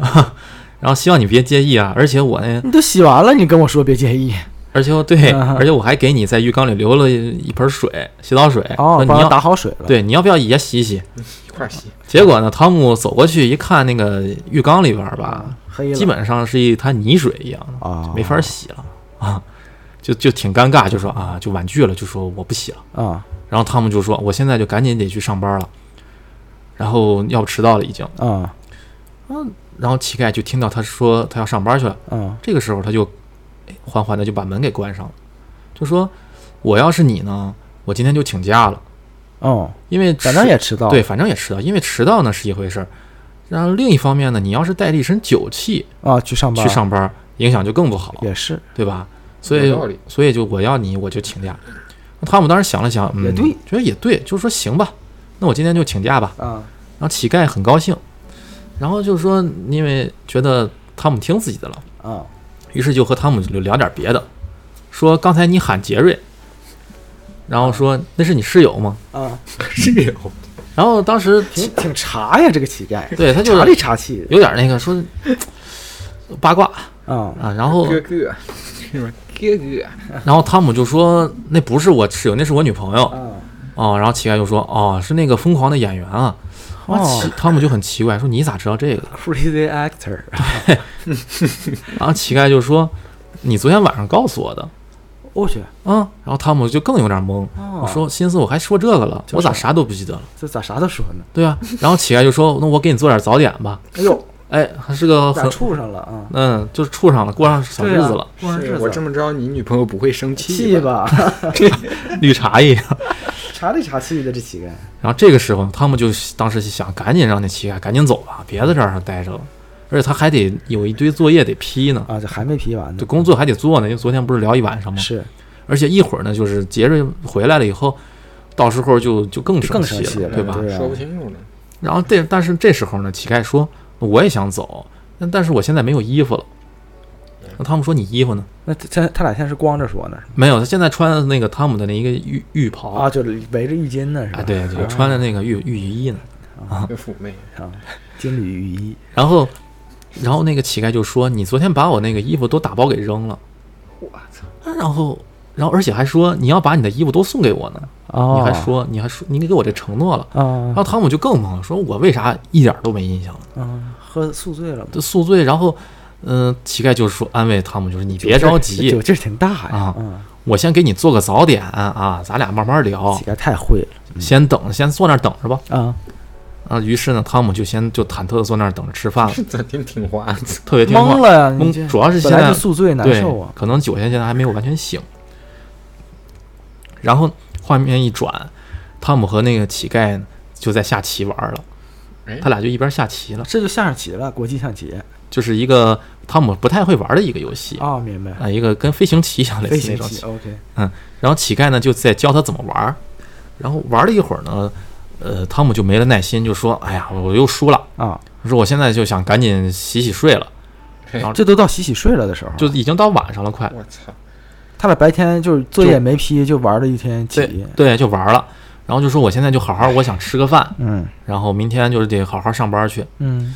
S1: 然后希望你别介意啊，而且我 那
S2: 你都洗完了，你跟我说别 介意
S1: 而且我对，
S2: 啊
S1: 而且我还给你在浴缸里留了一盆水，洗澡水，
S2: 哦
S1: 说，你
S2: 帮他
S1: 要
S2: 打好水了，，
S1: 对你要不要也洗一洗？
S3: 一块儿洗，
S1: 结果呢，汤姆走过去一看，那个浴缸里边儿吧，，
S2: 啊黑了，
S1: 基本上是一滩泥水一样的，
S2: 啊，
S1: 没法洗了啊，就就挺尴尬，就说啊，就婉拒了，就说我不洗了。
S2: 啊
S1: 然后汤姆就说，我现在就赶紧得去上班了，然后要不迟到了已经。
S2: 啊
S1: 然后乞丐就听到他说他要上班去了，
S2: 啊
S1: 这个时候他就哎缓缓的就把门给关上了，就说我要是你呢，我今天就请假了，
S2: 哦，
S1: 因为迟
S2: 反正也迟到，
S1: 对，反正也迟到，因为迟到呢是一回事儿。然后另一方面呢，你要是带着一身酒气
S2: 啊，去上班
S1: 去上班儿，影响就更不好，
S2: 也是
S1: 对吧？所
S3: 有
S1: 以
S3: 道理，
S1: 所以就我要你，我就请假。那汤姆当时想了想，嗯，
S2: 也对，
S1: 觉得也对，就是说行吧，那我今天就请假吧。
S2: 啊
S1: 然后乞丐很高兴，然后就说因为觉得汤姆听自己的了，
S2: 啊
S1: 于是就和汤姆就聊点别的，说刚才你喊杰瑞，然后说那是你室友吗？
S2: 啊，
S3: 是有
S1: 然后当时
S2: 挺挺茶呀，这个乞丐，
S1: 对他就
S2: 茶里茶气的
S1: 有点那个说八卦
S2: 啊
S1: 啊，然后
S3: 哥哥，是吧？哥哥，
S1: 然后汤姆就说那不是我室友，那是我女朋友
S2: 啊
S1: 哦，然后乞丐就说哦是那个疯狂的演员啊，啊
S2: 哦
S1: 奇汤姆就很奇怪说你咋知道这个的？
S2: ，crazy actor
S1: 然后乞丐就说你昨天晚上告诉我的
S2: 我去，
S1: 啊，然后汤姆就更有点懵，我
S2: 我
S1: 说心思我还说这个了，
S2: 就是
S1: 我咋啥都不记得了？
S2: 这咋啥都说呢？
S1: 对啊，然后乞丐就说那我给你做点早点吧，
S2: 哎呦，
S1: 哎还是个
S2: 咋
S1: 很
S2: 处上了 啊？
S1: 嗯就是处上了过上小日子了，
S2: 对啊，过
S3: 是我这么着，你女朋友不会生
S2: 气
S3: 气？
S2: 吧， 啊
S1: 绿茶一样。
S2: 茶里茶气的这乞丐，
S1: 然后这个时候，汤姆就当时就想，赶紧让那乞丐赶紧走吧，别在这儿待着了。而且他还得有一堆作业得批呢，
S2: 啊，这还没批完呢
S1: 这，工作还得做呢，因为昨天不是聊一晚上吗？
S2: 是
S1: 而且一会儿呢，就是杰瑞回来了以后，到时候就就更
S2: 就更
S1: 气
S2: 生气了，
S1: 对吧？
S2: 啊
S3: 说不清楚了，
S1: 然后这但是这时候呢，乞丐说我也想走，那但是我现在没有衣服了。那汤姆说你衣服呢？
S2: 那他他俩现在是光着说呢，是吗
S1: 没有，他现在穿的那个汤姆的那一个浴浴袍
S2: 啊，就是围着浴巾呢，是吧？
S1: 啊，对，就穿的那个浴浴衣呢。
S3: 这妩媚，
S2: 啊，金缕浴衣，
S1: 然后，然后那个乞丐就说：“你昨天把我那个衣服都打包给扔了。
S3: 我操，”
S1: 然后，然后而且还说你要把你的衣服都送给我呢。
S2: 哦
S1: 你还说你还说你给我这承诺了。
S2: 啊
S1: 然后汤姆就更懵了，说我为啥一点都没印象呢？
S2: 啊，喝宿醉了吗，
S1: 这宿醉，然后，嗯、乞丐就说安慰汤姆，就是你别着
S2: 这酒
S1: 急，
S2: 劲儿挺大呀
S1: 啊，
S2: 嗯
S1: 我先给你做个早点啊，咱俩慢慢聊
S2: 乞，丐太会了
S1: 先等，先坐那儿等着吧。
S2: 啊，
S1: 啊，于是呢，汤姆就先就忐忑的坐那儿等着吃
S2: 啊
S1: 饭了，
S3: 咋挺挺滑？
S1: 特别听话
S2: 懵了呀，你这
S1: 懵，主要是现
S2: 本来
S1: 在
S2: 就宿醉难
S1: 对，
S2: 受啊，
S1: 可能酒仙现在还没有完全醒。然后画面一转，汤姆和那个乞丐就在下棋玩了
S3: 哎，
S1: 他俩就一边下棋了，
S2: 这就下象棋了，国际象棋
S1: 就是一个汤姆不太会玩的一个游戏啊、
S2: 啊，明白，
S1: 一个跟飞行棋一样类
S2: 飞
S1: 似那
S2: 行
S1: 种
S2: 棋。，OK，
S1: 然后乞丐呢就在教他怎么玩儿，然后玩了一会儿呢，呃，汤姆就没了耐心，就说：“哎呀，我又输了。
S2: 啊，”
S1: 说：“我现在就想赶紧洗洗睡了，
S2: 啊这都到洗洗睡了的时候，啊
S1: 就已经到晚上了，快。”
S3: 我操，
S2: 他俩白天就是作业没批，就玩了一天棋
S1: 对，对，就玩了。然后就说我现在就好好，我想吃个饭，
S2: 嗯
S1: 然后明天就是得好好上班去。
S2: 嗯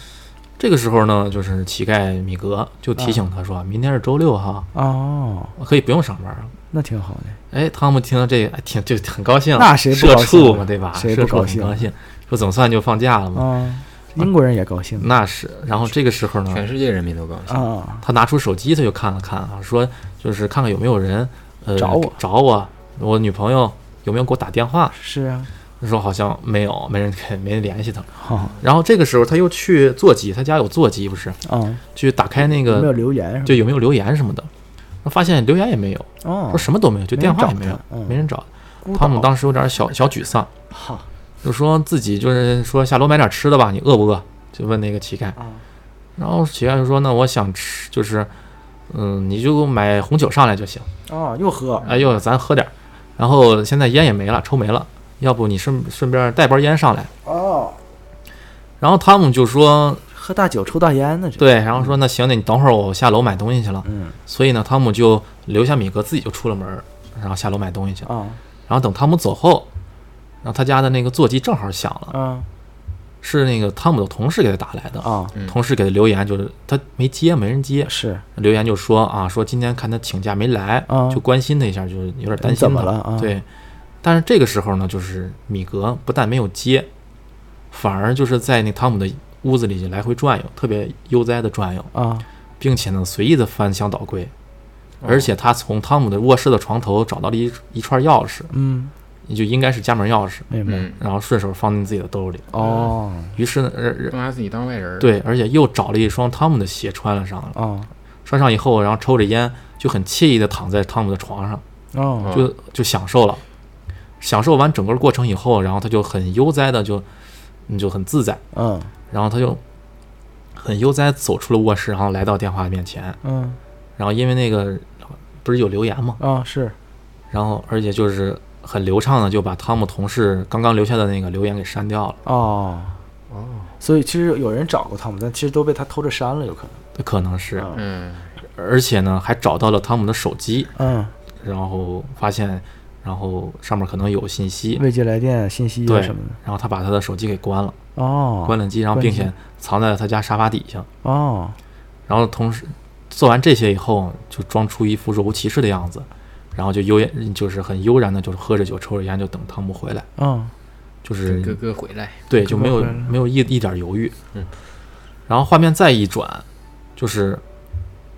S1: 这个时候呢，就是乞丐米格就提醒他说，明天是周六哈，
S2: 哦，
S1: 可以不用上班了。
S2: 那挺好的，
S1: 哎，汤姆听到这个，哎挺就很高兴，
S2: 那谁不
S1: 社
S2: 高兴
S1: 畜
S2: 啊
S1: 嘛，对吧？
S2: 谁
S1: 社
S2: 不
S1: 畜
S2: 高
S1: 很
S2: 兴
S1: 高兴，说总算就放假了嘛。
S2: 啊，英国人也高兴
S1: 那是。然后这个时候呢
S3: 全，世界人民都高兴，
S2: 啊，
S1: 他拿出手机，他就看了看啊，说就是看看有没有人呃
S2: 找我
S1: 找我，我女朋友有没有给我打电话？
S2: 是啊，
S1: 他说好像没有，没人给，没人联系他。
S2: 好
S1: 然后这个时候他又去座机，他家有座机不是？
S2: 啊，
S1: 去打开那
S2: 有没
S1: 个，
S2: 有留言是吧？
S1: 就有没有留言什么的，发现留言也没有，
S2: 哦
S1: 说，什么都没有，就电话也没有，没
S2: 没
S1: 人找。汤姆当时有点小小沮丧，
S2: 哈
S1: 就说自己就是说下楼买点吃的吧，你饿不饿？就问那个乞丐，
S2: 啊
S1: 然后乞丐就说那我想吃，就是嗯，你就买红酒上来就行。
S2: 哦，又喝
S1: 哎呦，咱喝点儿。然后现在烟也没了，抽没了，要不你顺顺便带包烟上来。
S2: 哦，
S1: 然后汤姆就说
S2: 喝大酒抽大烟呢，这
S1: 对，然后说那行，那你等会儿我下楼买东西去了。
S2: 嗯
S1: 所以呢，汤姆就留下米格，自己就出了门儿，然后下楼买东西去了。
S2: 啊
S1: 然后等汤姆走后，然后他家的那个座机正好响了，
S2: 啊
S1: 是那个汤姆的同事给他打来的。
S2: 啊，
S3: 嗯
S1: 同事给他留言，就是他没接，没人接，
S2: 是
S1: 留言就说啊，说今天看他请假没来，
S2: 啊
S1: 就关心他一下，就是有点担心
S2: 怎么
S1: 他
S2: 了啊
S1: 对，但是这个时候呢，就是米格不但没有接，反而就是在那汤姆的屋子里来回转悠，特别悠哉的转悠，
S2: 啊
S1: 并且呢随意的翻箱倒柜，而且他从汤姆的卧室的床头找到了一一串钥匙，
S2: 嗯，
S1: 也就应该是家门钥匙，
S2: 明白
S3: 嗯，
S1: 然后顺手放进自己的兜里。
S2: 哦
S1: 于是呢，呃呃
S3: 弄还是你当外人。，
S1: 对，而且又找了一双汤姆的鞋穿了上了，
S2: 哦
S1: 穿上以后，然后抽着烟，就很惬意的躺在汤姆的床上。
S2: 哦
S1: 就就享受了。享受完整个过程以后，然后他就很悠哉的就，嗯，就很自在，
S2: 嗯
S1: 然后他就很悠哉地走出了卧室，然后来到电话面前，
S2: 嗯
S1: 然后因为那个不是有留言嘛，
S2: 啊是
S1: 然后而且就是很流畅的就把汤姆同事刚刚留下的那个留言给删掉了，
S2: 哦，
S3: 哦，
S2: 所以其实有人找过汤姆，但其实都被他偷着删了，有可能
S1: 可能是，
S2: 啊
S3: 嗯，
S1: 而且呢还找到了汤姆的手机，
S2: 嗯，
S1: 然后发现，然后上面可能有信息，
S2: 未接来电信息啊
S1: 对
S2: 什么的
S1: 然后他把他的手机给关了，
S2: 哦，
S1: 关了机，然后
S2: 关
S1: 并
S2: 机
S1: 且藏在了他家沙发底下。
S2: 哦
S1: 然后同时做完这些以后，就装出一副若无其事的样子，然后就悠就是很悠然的，就是喝着酒抽着烟，就等汤姆回来，
S2: 嗯
S1: 就是
S3: 跟哥哥回来，
S1: 对，就没有
S2: 哥哥回来了
S1: 没有一一点犹豫。
S3: 嗯，
S1: 然后画面再一转，就是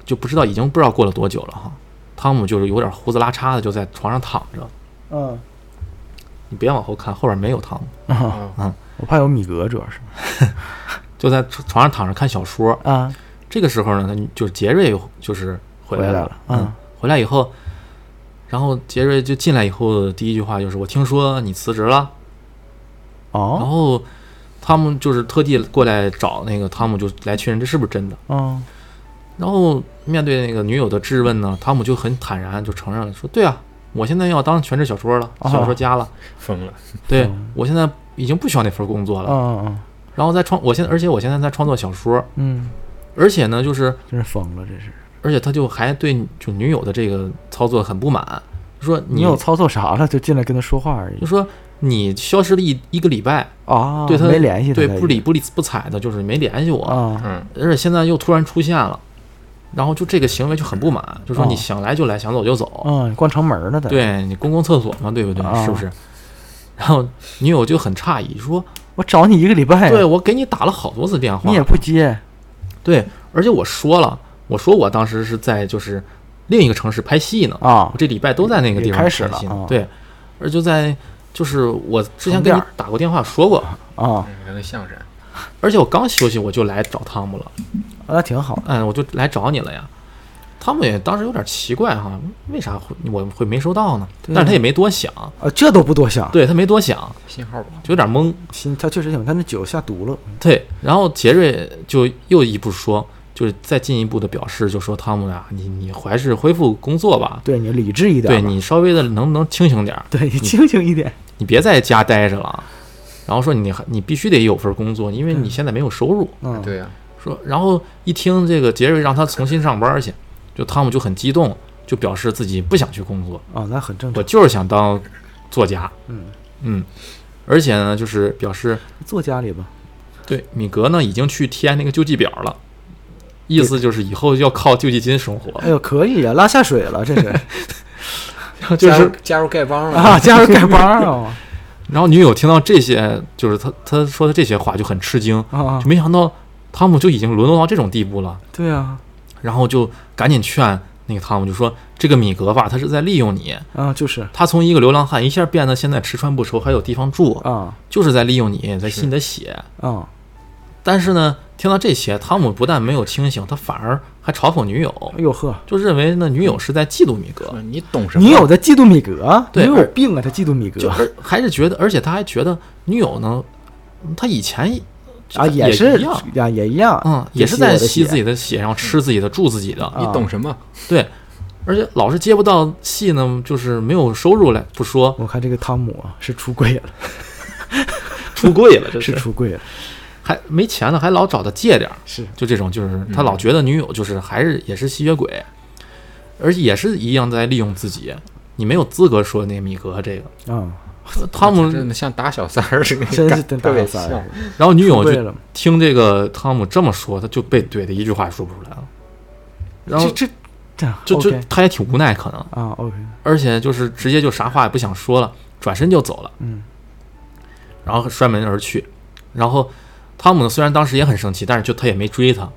S1: 就不知道已经不知道过了多久了哈，汤姆就是有点胡子拉碴的就在床上躺着，
S2: 嗯
S1: 你别往后看，后边没有汤姆，
S2: 啊，
S3: 哦
S2: 我怕有米格，主要是
S1: 就在床上躺着看小说。
S2: 啊
S1: 这个时候呢，他就是杰瑞就是回来
S2: 来
S1: 了，
S2: 了，
S1: 嗯
S2: 嗯，
S1: 回来以后，然后杰瑞就进来以后，第一句话就是：“我听说你辞职了。然
S2: 哦
S1: 后他们就是特地过来找那个汤姆，就来确认这是不是真的。
S2: 嗯
S1: 然后面对那个女友的质问呢，汤姆就很坦然就承认了，说：“对啊，我现在要当全职小说了，
S2: 哦
S1: 小说家了。
S3: 疯了，
S1: 对
S2: 嗯
S1: 我现在已经不需要那份工作
S2: 嗯
S1: 了。
S2: 嗯
S1: 然后在创，我现在而且我现在在创作小说，
S2: 嗯，
S1: 而且呢，就是
S2: 真是疯了，这是
S1: 而且他就还对就女友的这个操作很不满，说
S2: 你有操作啥了，就进来跟他说话而已
S1: 就说你消失了一一个礼拜，
S2: 啊，
S1: 对他
S2: 没联系他，
S1: 对
S2: 他已
S1: 不理
S2: 经
S1: 不理不睬的，就是没联系我，
S2: 啊
S3: 嗯，
S1: 而且现在又突然出现了，然后就这个行为就很不满，就说
S2: 哦
S1: 你想来就来，想走就走，
S2: 嗯，关城门呢，在
S1: 对你公共厕所嘛，对不对？
S2: 啊
S1: 是不是？然后女友就很诧异，说
S2: 我找你一个礼：“拜，
S1: 对我给你打了好多次电话
S2: 哎你，也不接，
S1: 对，而且我说了，我说我当时是在就是另一个城市拍戏呢，
S2: 啊
S1: 我，这礼拜都在那个地方
S2: 也开始了
S1: 拍戏呢
S2: 啊
S1: 对，而就在就是我之前
S2: 床
S1: 跟
S2: 垫
S1: 你
S2: 儿
S1: 打过电话说过，
S2: 啊，
S3: 嗯看那相声，
S1: 而且我刚休息我就来找汤姆了，
S2: 那挺好的，
S1: 嗯，我就来找你了呀。汤姆也当时有点奇怪哈，为啥会我会没收到呢？
S2: 对
S1: 但是他也没多想，
S2: 啊，这都不多想，
S1: 对他没多想，
S3: 信号不好，
S2: 啊
S1: 就有点懵。
S2: 心他确实挺，他那酒下毒了，
S1: 对，然后杰瑞就又一步说，就是再进一步的表示，就说汤姆呀，你你还是恢复工作吧，
S2: 对你理智一点
S1: 对
S2: 吧，
S1: 你嗯稍微的能不能清醒点儿，
S2: 对你清醒 一点，
S1: 你别在家待着了。然后说你还你必须得有份工作，因为你现在没有收入。
S2: 嗯，
S3: 对啊呀，
S1: 说，然后一听这个杰瑞让他重新上班去，就汤姆就很激动，就表示自己不想去工作，
S2: 啊，那很正
S1: 我
S2: 常，
S1: 就是想当作家。
S2: 嗯
S1: 嗯，而且呢，就是表示
S2: 坐家里吧，
S1: 对米格呢已经去填那个救济表了，意思就是以后要靠救济金生活，
S2: 哎呦，可以啊，拉下水了， 这是
S1: 就
S3: 加入
S1: 是。
S3: 加入丐帮了，
S2: 啊，加入丐帮啊，
S1: 然后女友听到这些，就是他他说的这些话就很吃惊，
S2: 啊
S1: 就，没想到汤姆就已经沦落到这种地步了，
S2: 对啊，
S1: 然后就赶紧劝那个汤姆，就说这个米格吧，他是在利用你，
S2: 啊，就是
S1: 他从一个流浪汉一下变得现在吃穿不愁，还有地方住，
S2: 啊
S1: 就是在利用你，在吸
S3: 是
S1: 你的血。
S2: 啊，
S1: 但是呢，听到这些，汤姆不但没有清醒，他反而还嘲讽女友
S2: 哎，呦呵，
S1: 就认为那女友是在嫉妒米格，
S3: 嗯你懂什么？
S2: 你有的嫉妒米格，你
S1: 对
S2: 有
S1: 而
S2: 病啊，他嫉妒米
S1: 就
S2: 格
S1: 而还是觉得，而且他还觉得女友呢，他以前
S2: 啊，
S1: 也
S2: 是
S1: 一样，
S2: 呀，也一样，
S1: 嗯，也是
S2: 吸我
S1: 在
S2: 的
S1: 吸
S2: 血
S1: 自己的血，然后吃自己的，住自己的，
S3: 你
S2: 啊
S3: 懂什么？
S1: 对。而且老是接不到戏呢，就是没有收入来不说，
S2: 我看这个汤姆啊，是出柜了，
S1: 出柜了，这
S2: 是出柜了，
S1: 还没钱了，还老找他借点儿，
S2: 是
S1: 就这种，就是他
S3: 嗯
S1: 老觉得女友就是还是也是吸血鬼，而且也是一样在利用自己。你没有资格说那米格这个，
S2: 啊，
S1: 汤姆，
S3: 真的像打小三儿似的，
S2: 真是
S3: 感
S2: 真打
S3: 特别
S2: 小三儿
S3: 像。
S1: 然后女友
S2: 对
S1: 就
S2: 了，
S1: 听这个汤姆这么说，他就被怼的一句话也说不出来了。然后
S2: 这这这
S1: 就就
S2: OK
S1: 他也挺无奈，可能，
S2: 啊，OK，
S1: 而且就是直接就啥话也不想说了，转身就走了。
S2: 嗯
S1: 然后摔门而去。然后汤姆呢，虽然当时也很生气，但是就他也没追他，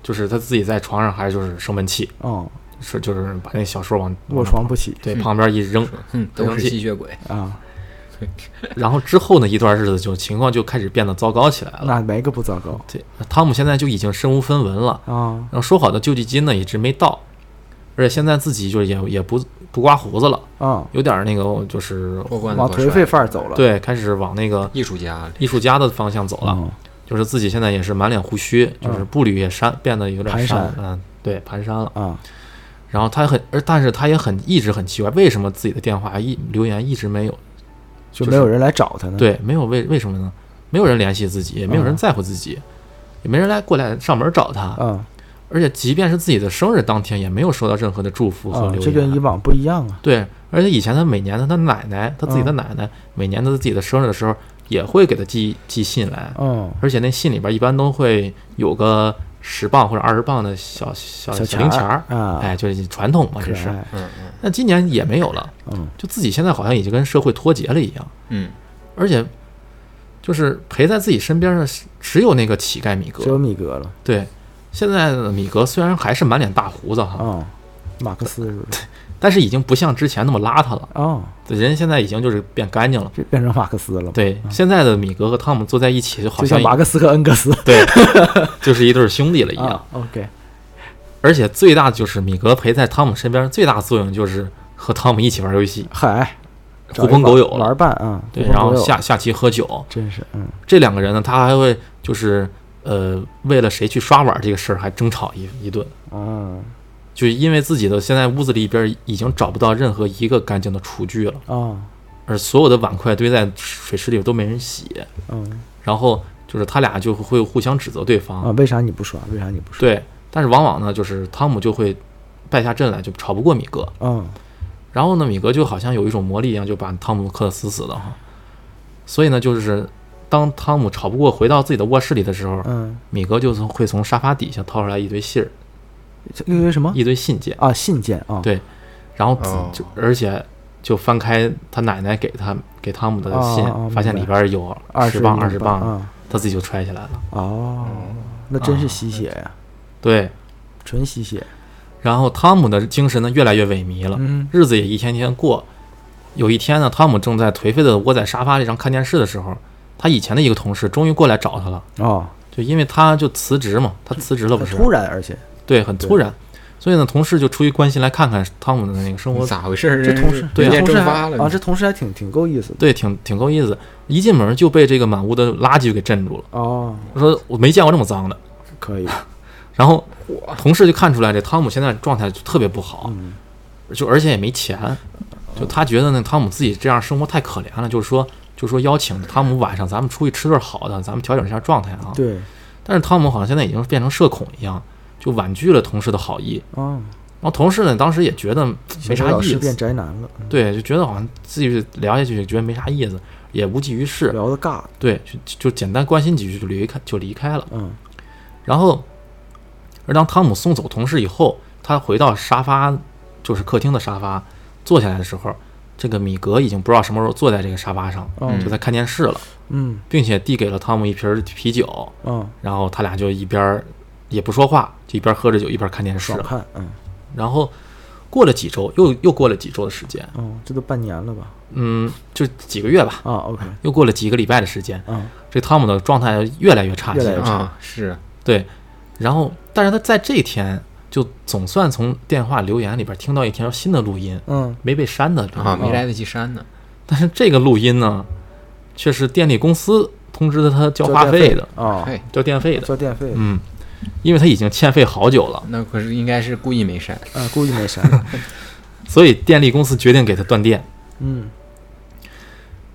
S1: 就是他自己在床上还是就是生闷气，
S2: 哦，
S1: 是就是把那小说往
S2: 卧床不起
S1: 对
S3: 嗯
S1: 旁边一 扔。
S3: 嗯，
S1: 不
S3: 都
S1: 生
S3: 是
S1: 气
S3: 吸血鬼，
S2: 啊，
S1: 然后之后呢，一段日子就情况就开始变得糟糕起来了。
S2: 那没个不糟糕
S1: 对，汤姆现在就已经身无分文了，
S2: 啊，
S1: 然后说好的救济金呢一直没到，而且现在自己就也也不不刮胡子了，
S2: 啊，
S1: 有点那个就是
S3: 过关
S2: 往颓废范儿走了，
S1: 对，开始往那个
S3: 艺术家
S1: 艺术家的方向走了。
S2: 嗯，
S1: 就是自己现在也是满脸胡须，就是步履也删，变得有点
S2: 蹒
S1: 跚
S2: 跚，
S1: 嗯，对，蹒跚了。
S2: 啊
S1: 然后他很，而但是他也很一直很奇怪，为什么自己的电话一留言一直没有？
S2: 就
S1: 就是
S2: 没有人来找他呢，，
S1: 对，没有为为什么呢？没有人联系自己，也没有人
S2: 嗯
S1: 在乎自己，也没人来过来上门找他。
S2: 啊
S1: 而且即便是自己的生日当天，也没有收到任何的祝福和
S2: 啊
S1: 留，
S2: 这跟以
S1: 言。
S2: 往不一样啊，
S1: 对，而且以前他每年他他奶奶，他自己的
S2: 嗯
S1: 奶奶，每年他自己的生日的时候，也会给他寄寄信来。
S2: 嗯，
S1: 而且那信里边一般都会有个十磅或者二十磅的小小
S2: 钱
S1: 零钱儿，
S2: 啊，
S1: 哎，就是传统嘛，
S2: 可
S1: 这是。
S2: 爱，
S3: 嗯嗯
S1: 那今年也没有了，
S2: 嗯
S1: 就自己现在好像已经跟社会脱节了一样，
S3: 嗯，
S1: 而且就是陪在自己身边的是只有那个乞丐米格。
S2: 只有米格了，
S1: 对，现在的米格虽然还是满脸大胡子哈，
S2: 啊，马克思是不是？
S1: 但是已经不像之前那么邋遢了，
S2: 啊，
S1: 人现在已经就是变干净了。
S2: 这变成马克思了，，
S1: 对，现在的米格和汤姆坐在一起，就好
S2: 就像
S1: 像
S2: 马克思和恩格斯
S1: 对， 就是一对儿兄弟了一样。
S2: 啊，OK，
S1: 而且最大的就是米格陪在汤姆身边，最大的作用就是和汤姆一起玩游戏，
S2: 嗨，
S1: 狐朋狗友
S2: 玩
S1: 了。
S2: 伴啊，狐
S1: 对，
S2: 朋
S1: 然后
S2: 狗友
S1: 下下棋喝酒，
S2: 真是嗯。
S1: 这两个人呢，他还会就是呃，为了谁去刷碗这个事儿还争吵一一顿，
S2: 啊
S1: 嗯就因为自己的现在屋子里边已经找不到任何一个干净的厨具了，
S2: 啊
S1: 而所有的碗筷堆在水池里都没人洗，
S2: 嗯
S1: 然后就是他俩就会互相指责对
S2: 啊！
S1: 方，
S2: 为啥你不刷？为啥你不刷？
S1: 对，但是往往呢，就是汤姆就会败下阵来，就吵不过米格，
S2: 嗯
S1: 然后呢，米格就好像有一种魔力一样，就把汤姆克得死死的哈。所以呢，就是当汤姆吵不过回到自己的卧室里的时候，
S2: 嗯，
S1: 米格就从会从沙发底下掏出来一堆信儿，
S2: 这因为什么
S1: 一堆信件，
S2: 啊？信件啊？
S1: 对然后自
S3: 哦
S1: 就而且就翻开他奶奶给他给汤姆的信
S2: 哦哦，
S1: 发现里边有
S2: 二
S1: 十磅、二十磅，
S2: 啊！
S1: 他自己就揣起来了。
S2: 哦，那真
S1: 啊
S2: 是吸血呀，
S1: 对，
S2: 纯吸血。
S1: 然后汤姆的精神呢越来越萎靡了，
S2: 嗯
S1: 日子也一天天过。有一天呢，汤姆正在颓废的窝在沙发上看电视的时候，他以前的一个同事终于过来找他了，
S2: 哦，
S1: 就因为他就辞职嘛，他辞职了不
S2: 很
S1: 是？
S2: 突然，而且
S1: 对，很突然。所以呢，同事就出于关心来看看汤姆的那个生活，
S3: 咋回事儿？
S2: 这同事
S1: 对啊
S2: 这
S3: 人间
S2: 同
S3: 蒸
S2: 事还
S3: 发了
S2: 啊，这同事还挺挺够意思的。
S1: 对，挺挺够意思。一进门就被这个满屋的垃圾给镇住了，
S2: 哦，
S1: 说我没见过这么脏的。
S2: 可以，
S1: 啊然后同事就看出来这汤姆现在状态就特别不好，
S2: 嗯
S1: 就而且也没钱，就他觉得那汤姆自己这样生活太可怜了，就是说就说邀请汤姆晚上咱们出去吃顿好的，咱们调整一下状态啊。
S2: 对
S1: 但是汤姆好像现在已经变成社恐一样，就婉拒了同事的好意。
S2: 啊，
S1: 然后同事呢，当时也觉得没啥
S2: 老
S1: 意
S2: 师变
S1: 思，
S2: 宅男了，嗯
S1: 对，就觉得好像继续聊下去也觉得没啥意思，也无济于事，
S2: 聊的尬，
S1: 对，就就简单关心几句就离开就离开了。
S2: 嗯
S1: 然后，而当汤姆送走同事以后，他回到沙发，就是客厅的沙发，坐下来的时候，这个米格已经不知道什么时候坐在这个沙发上，
S2: 嗯
S1: 就在看电视了，
S2: 嗯
S1: 并且递给了汤姆一瓶啤酒，
S2: 嗯，
S1: 然后他俩就一边儿也不说话，就一边喝着酒一边看电视
S2: 爽。看，嗯
S1: 然后过了几周，又又过了几周的时间，
S2: 嗯，这都半年了吧？
S1: 嗯，就几个月吧，
S2: 啊，OK，
S1: 又过了几个礼拜的时间，
S2: 啊
S1: 这汤姆的状态越来越差
S2: 越来
S1: 劲
S2: 越。差
S3: 啊？是
S1: 对，然后但是他在这一天就总算从电话留言里边听到一条新的录音，
S2: 嗯
S1: 没被删的
S3: 啊，没
S1: 哦
S3: 来得及删呢。
S1: 但是这个录音呢，却是电力公司通知他交话费的，
S2: 啊，
S3: 哎，
S1: 交电费的。
S2: 交电费的
S1: 嗯，因为他已经欠费好久了，
S3: 那可是应该是故意没删。
S2: 啊，故意 没删，
S1: 所以电力公司决定给他断电，
S2: 嗯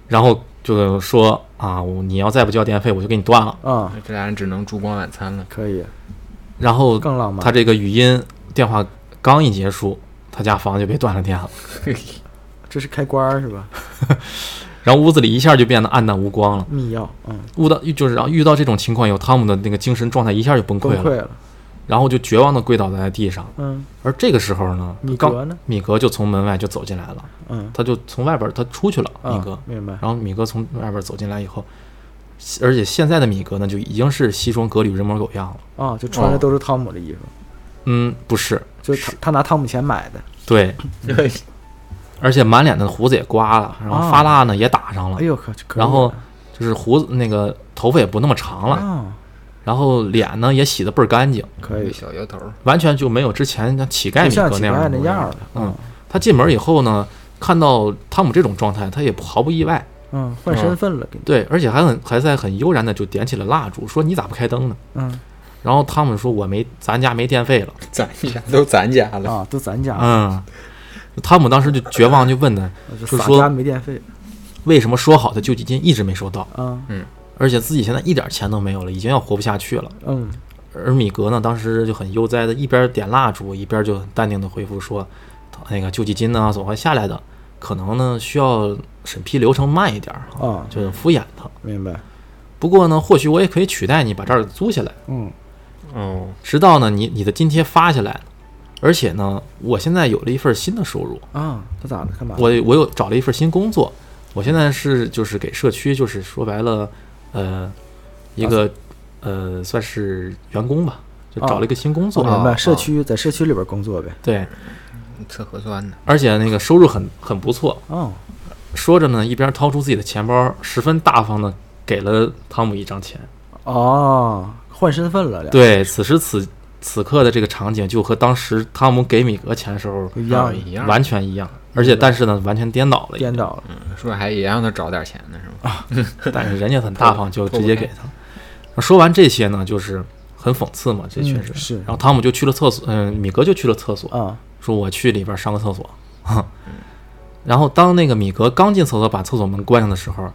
S1: 然后就说啊，我你要再不交电费，我就给你断了。
S2: 啊，
S3: 这俩人只能烛光晚餐了。
S2: 可以，
S1: 然后
S2: 更浪漫。
S1: 他这个语音电话刚一结束，他家房就被断了电了，
S2: 这是开关儿是吧？
S1: 然后屋子里一下就变得暗淡无光了。
S2: 密钥，嗯，
S1: 遇到就是然后遇到这种情况以后，汤姆的那个精神状态一下就崩溃了，
S2: 崩溃了，
S1: 然后就绝望的跪倒在地上。
S2: 嗯，
S1: 而这个时候呢，
S2: 米
S1: 刚
S2: 格呢？
S1: 米格就从门外就走进来了，
S2: 嗯，
S1: 他就从外边他出去了，
S2: 啊
S1: 米格，
S2: 明白，
S1: 然后米格从外边走进来以后，而且现在的米格呢，就已经是西装革履、人模狗样了。
S2: 啊，就穿的
S3: 哦
S2: 都是汤姆的衣服，
S1: 嗯，不是，
S2: 就他他拿汤姆钱买的。
S1: 对，而且满脸的胡子也刮了，然后发蜡呢、也打上了
S2: 啊哎，呦可，可以
S1: 啊然后
S2: 了
S1: 就是胡子那个头发也不那么长了，
S2: 啊，
S1: 然后脸呢也洗得倍儿干净，
S2: 可以，
S3: 小油头儿，
S1: 完全就没有之前像乞丐
S2: 不
S1: 米
S2: 像
S1: 格
S2: 乞
S1: 那
S2: 丐
S1: 样的
S2: 那
S1: 模
S2: 样
S1: 样
S2: 儿。啊了，
S1: 嗯，他进门以后呢，看到汤姆这种状态，他也毫不意外，
S2: 嗯，换身份了，给你，
S1: 对，而且还很还在很悠然的就点起了蜡烛，说你咋不开灯呢？
S2: 嗯
S1: 然后汤姆说：“我没，咱家没电费了。
S3: 咱家都咱家了，
S2: 啊，都咱”家的，
S1: 嗯，汤姆当时就绝望，就问他
S2: 我就
S1: 就
S2: 洒
S1: 说
S2: 家没电费
S1: 为什么说好的救济金一直没收到，
S2: 啊，
S1: 而且自己现在一点钱都没有了，已经要活不下去了。
S2: 嗯，
S1: 而米格呢，当时就很悠哉的，一边点蜡烛，一边就很淡定的回复说：“那个救济金呢，总会下来的，可能呢需要审批流程慢一点儿啊，
S2: 啊，
S1: 就很敷衍他。
S2: 明白，
S1: 不过呢，或许我也可以取代你，把这儿租下来。”
S2: 嗯，
S3: 哦，
S1: 直到呢你你的津贴发下来了，而且呢，我现在有了一份新的收入，
S2: 啊，他咋了？干嘛？
S1: 我我有找了一份新工作，我现在是就是给社区，就是说白了，呃，一个呃算是员工吧，就找了一个新工
S2: 我
S1: 作，
S2: 明白，
S3: 啊
S2: 社区在社区里边工作呗，
S1: 对，
S3: 测核酸呢，
S1: 而且那个收入很很不错。
S2: 哦，
S1: 说着呢，一边掏出自己的钱包，十分大方的给了汤姆一张钱。
S2: 哦，换身份了，俩
S1: 对，此时此此刻的这个场景就和当时汤姆给米格钱的时候
S2: 一样
S3: 啊一样，
S1: 完全一样，而且但是呢，完全颠倒了一样。
S2: 颠倒了，
S3: 说还也让他找点钱呢，是吗？
S1: 但是人家很大方，就直接给他。说完这些呢，就是很讽刺嘛，这确实。
S2: 嗯是
S1: 然后汤姆就去了厕所，嗯、米格就去了厕所，
S2: 啊，
S1: 说我去里边上个厕所。哼然后当那个米格刚进厕所，把厕所门关上的时候，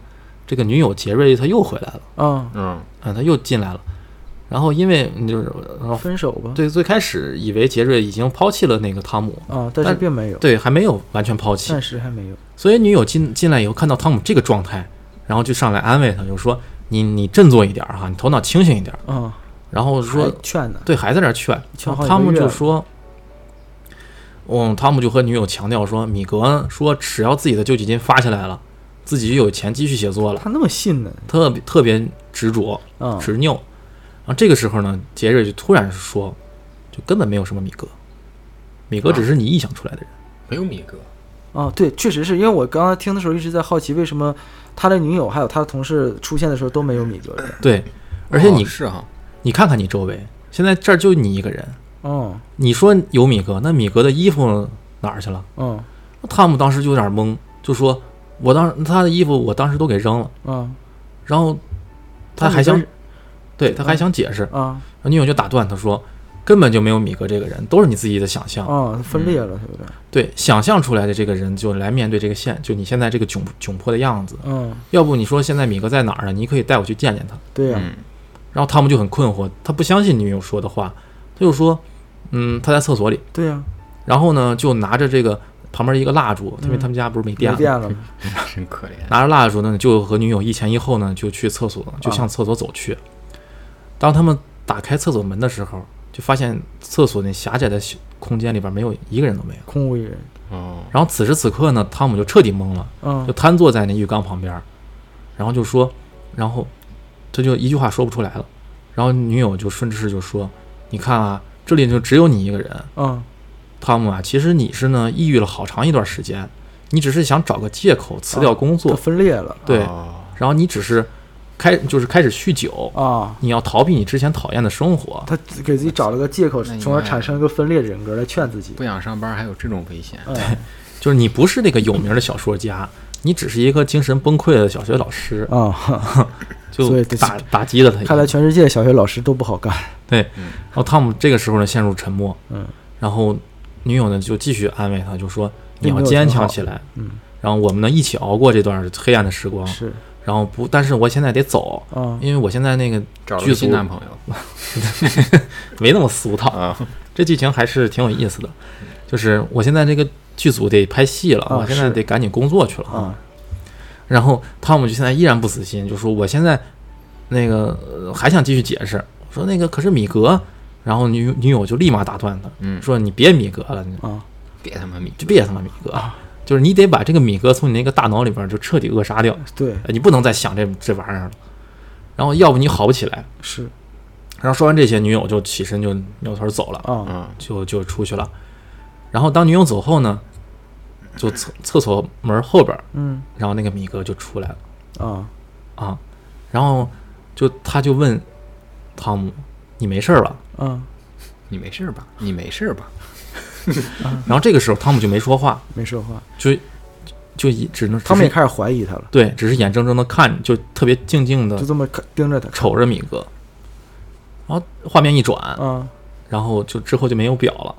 S1: 这个女友杰瑞她又回来了，
S2: 啊，
S3: 嗯，
S1: 嗯、她又进来了。然后因为就是，然后
S2: 分手吧，
S1: 哦对最开始以为杰瑞已经抛弃了那个汤姆，
S2: 啊，但是
S1: 但
S2: 并没有，
S1: 对，还没有完全抛弃，
S2: 暂时还没有，
S1: 所以女友进进来以后，看到汤姆这个状态，然后就上来安慰他，就说：“你你振作一点儿哈，你头脑清醒一点儿。
S2: 啊，”
S1: 然后说
S2: 还劝呢，
S1: 对，还在这儿劝。
S2: 劝
S1: 然后
S2: 好几
S1: 汤
S2: 个
S1: 姆
S2: 月
S1: 就
S2: 了
S1: 说：“嗯，汤姆就和女友强调说，米格说只要自己的救济金发下来了，自己就有钱继续写作了，
S2: 他那么信呢，
S1: 特别特别执着
S2: 啊，
S1: 执拗。”然后这个时候呢，杰瑞就突然说：“就根本没有什么米格，米格只是你臆想出来的人。
S3: 没有米哥，
S2: 啊，对，确实是因为我刚刚听的时候一直在好奇，为什么他的女友还有他的同事出现的时候都没有米格的？
S1: 对，而且
S3: 哦
S1: 你、
S3: 是哈，
S1: 你看看你周围，现在这儿就你一个人。”
S2: 嗯
S1: 你说有米格，那米格的衣服哪儿去了？
S2: 嗯
S1: 汤姆当时就有点懵，就说：“我当他的衣服，我当时都给扔了。
S2: 嗯，”
S1: 然后他
S2: 那你
S1: 还想
S2: 跟，
S1: 对他还想解释，
S2: 啊
S1: 然后女友就打断他说：“根本就没有米格这个人，都是你自己的想象。
S2: 啊，分裂
S1: 嗯
S2: 了，他有点，
S1: 对，想象出来的这个人就来面对这个现，就你现在这个窘窘迫的样子。
S2: 嗯，
S1: 要不你说现在米格在哪儿呢？你可以带我去见见他。”
S2: 对啊呀，
S3: 嗯，
S1: 然后汤姆就很困惑，他不相信女友说的话，他就说：“嗯，他在厕所里。”
S2: 对呀，
S1: 然后呢，就拿着这个旁边一个蜡烛，因为他们家不是没电
S2: 嗯没
S1: 了，嗯
S2: 电了，
S3: 真可怜，
S1: 拿着蜡烛呢，就和女友一前一后呢，就去厕所，就向厕所走去。当他们打开厕所门的时候，就发现厕所那狭窄的小空间里边没有一个人都没有。
S2: 空无一人，
S3: 哦，
S1: 然后此时此刻呢，汤姆就彻底懵了，
S2: 嗯
S1: 就瘫坐在那浴缸旁边，然后就说，然后他就一句话说不出来了。然后女友就顺势就说：“你看啊，这里就只有你一个人，
S2: 嗯
S1: 汤姆啊，其实你是呢抑郁了好长一段时间，你只是想找个借口辞掉工作，
S2: 他分裂了
S1: 对，
S3: 哦
S1: 然后你只是开就是开始酗酒，
S2: 啊。
S1: 你要逃避你之前讨厌的生活，
S2: 他给自己找了个借口，
S3: 那应该
S2: 从而产生一个分裂人格来劝自己。
S3: 不想上班还有这种危险，
S2: 嗯，
S1: 就是你不是那个有名的小说家，你只是一个精神崩溃的小学老师，
S2: 啊，所
S1: 就
S2: 以这
S1: 打打击了他一
S2: 看来
S1: 下。
S2: 全世界小学老师都不好干。
S1: 然后汤姆这个时候呢陷入沉默，
S2: 嗯，
S1: 然后女友呢就继续安慰他，就说你要
S2: 并没有
S1: 坚
S2: 挺好
S1: 强起来，
S2: 嗯，
S1: 然后我们呢一起熬过这段黑暗的时光，
S2: 是，
S1: 然后不，但是我现在得走，
S2: 啊
S1: 哦因为我现在那个
S3: 找了
S1: 剧
S3: 个
S1: 组
S3: 新男朋友
S1: 没那么俗套，
S3: 啊，
S1: 这剧情还是挺有意思的。就是我现在这个剧组得拍戏了，
S2: 啊
S1: 我现在
S2: 是
S1: 得赶紧工作去了啊。
S2: 啊
S1: 然后汤姆就现在依然不死心，就说我现在那个、呃还想继续解释，说那个可是米格，然后女女友就立马打断他，
S3: 嗯，
S1: 说你别米格了，你
S2: 啊
S3: 别他妈米，
S1: 就别他妈米格，就是你得把这个米格从你那个大脑里边就彻底扼杀掉，
S2: 对
S1: 呃你不能再想这这玩意儿了，然后要不你好不起来。
S2: 是
S1: 然后说完这些，女友就起身就扭头走了，
S2: 啊
S3: 嗯
S1: 就就出去了。然后当女友走后呢，就厕厕所门后边儿，
S2: 嗯
S1: 然后那个米格就出来了。
S2: 啊
S1: 啊，然后就他就问汤姆：“你没事儿吧
S2: 啊
S3: 你没事儿吧？你没事儿吧？？”
S1: 然后这个时候汤姆就没说话，
S2: 没说话，
S1: 就就一只能只是
S2: 他们也开始怀疑他了，
S1: 对，只是眼睁睁的看，就特别静静的
S2: 就这么看盯着他
S1: 瞅着米格。然后画面一转，
S2: 啊
S1: 然后就之后就没有表了，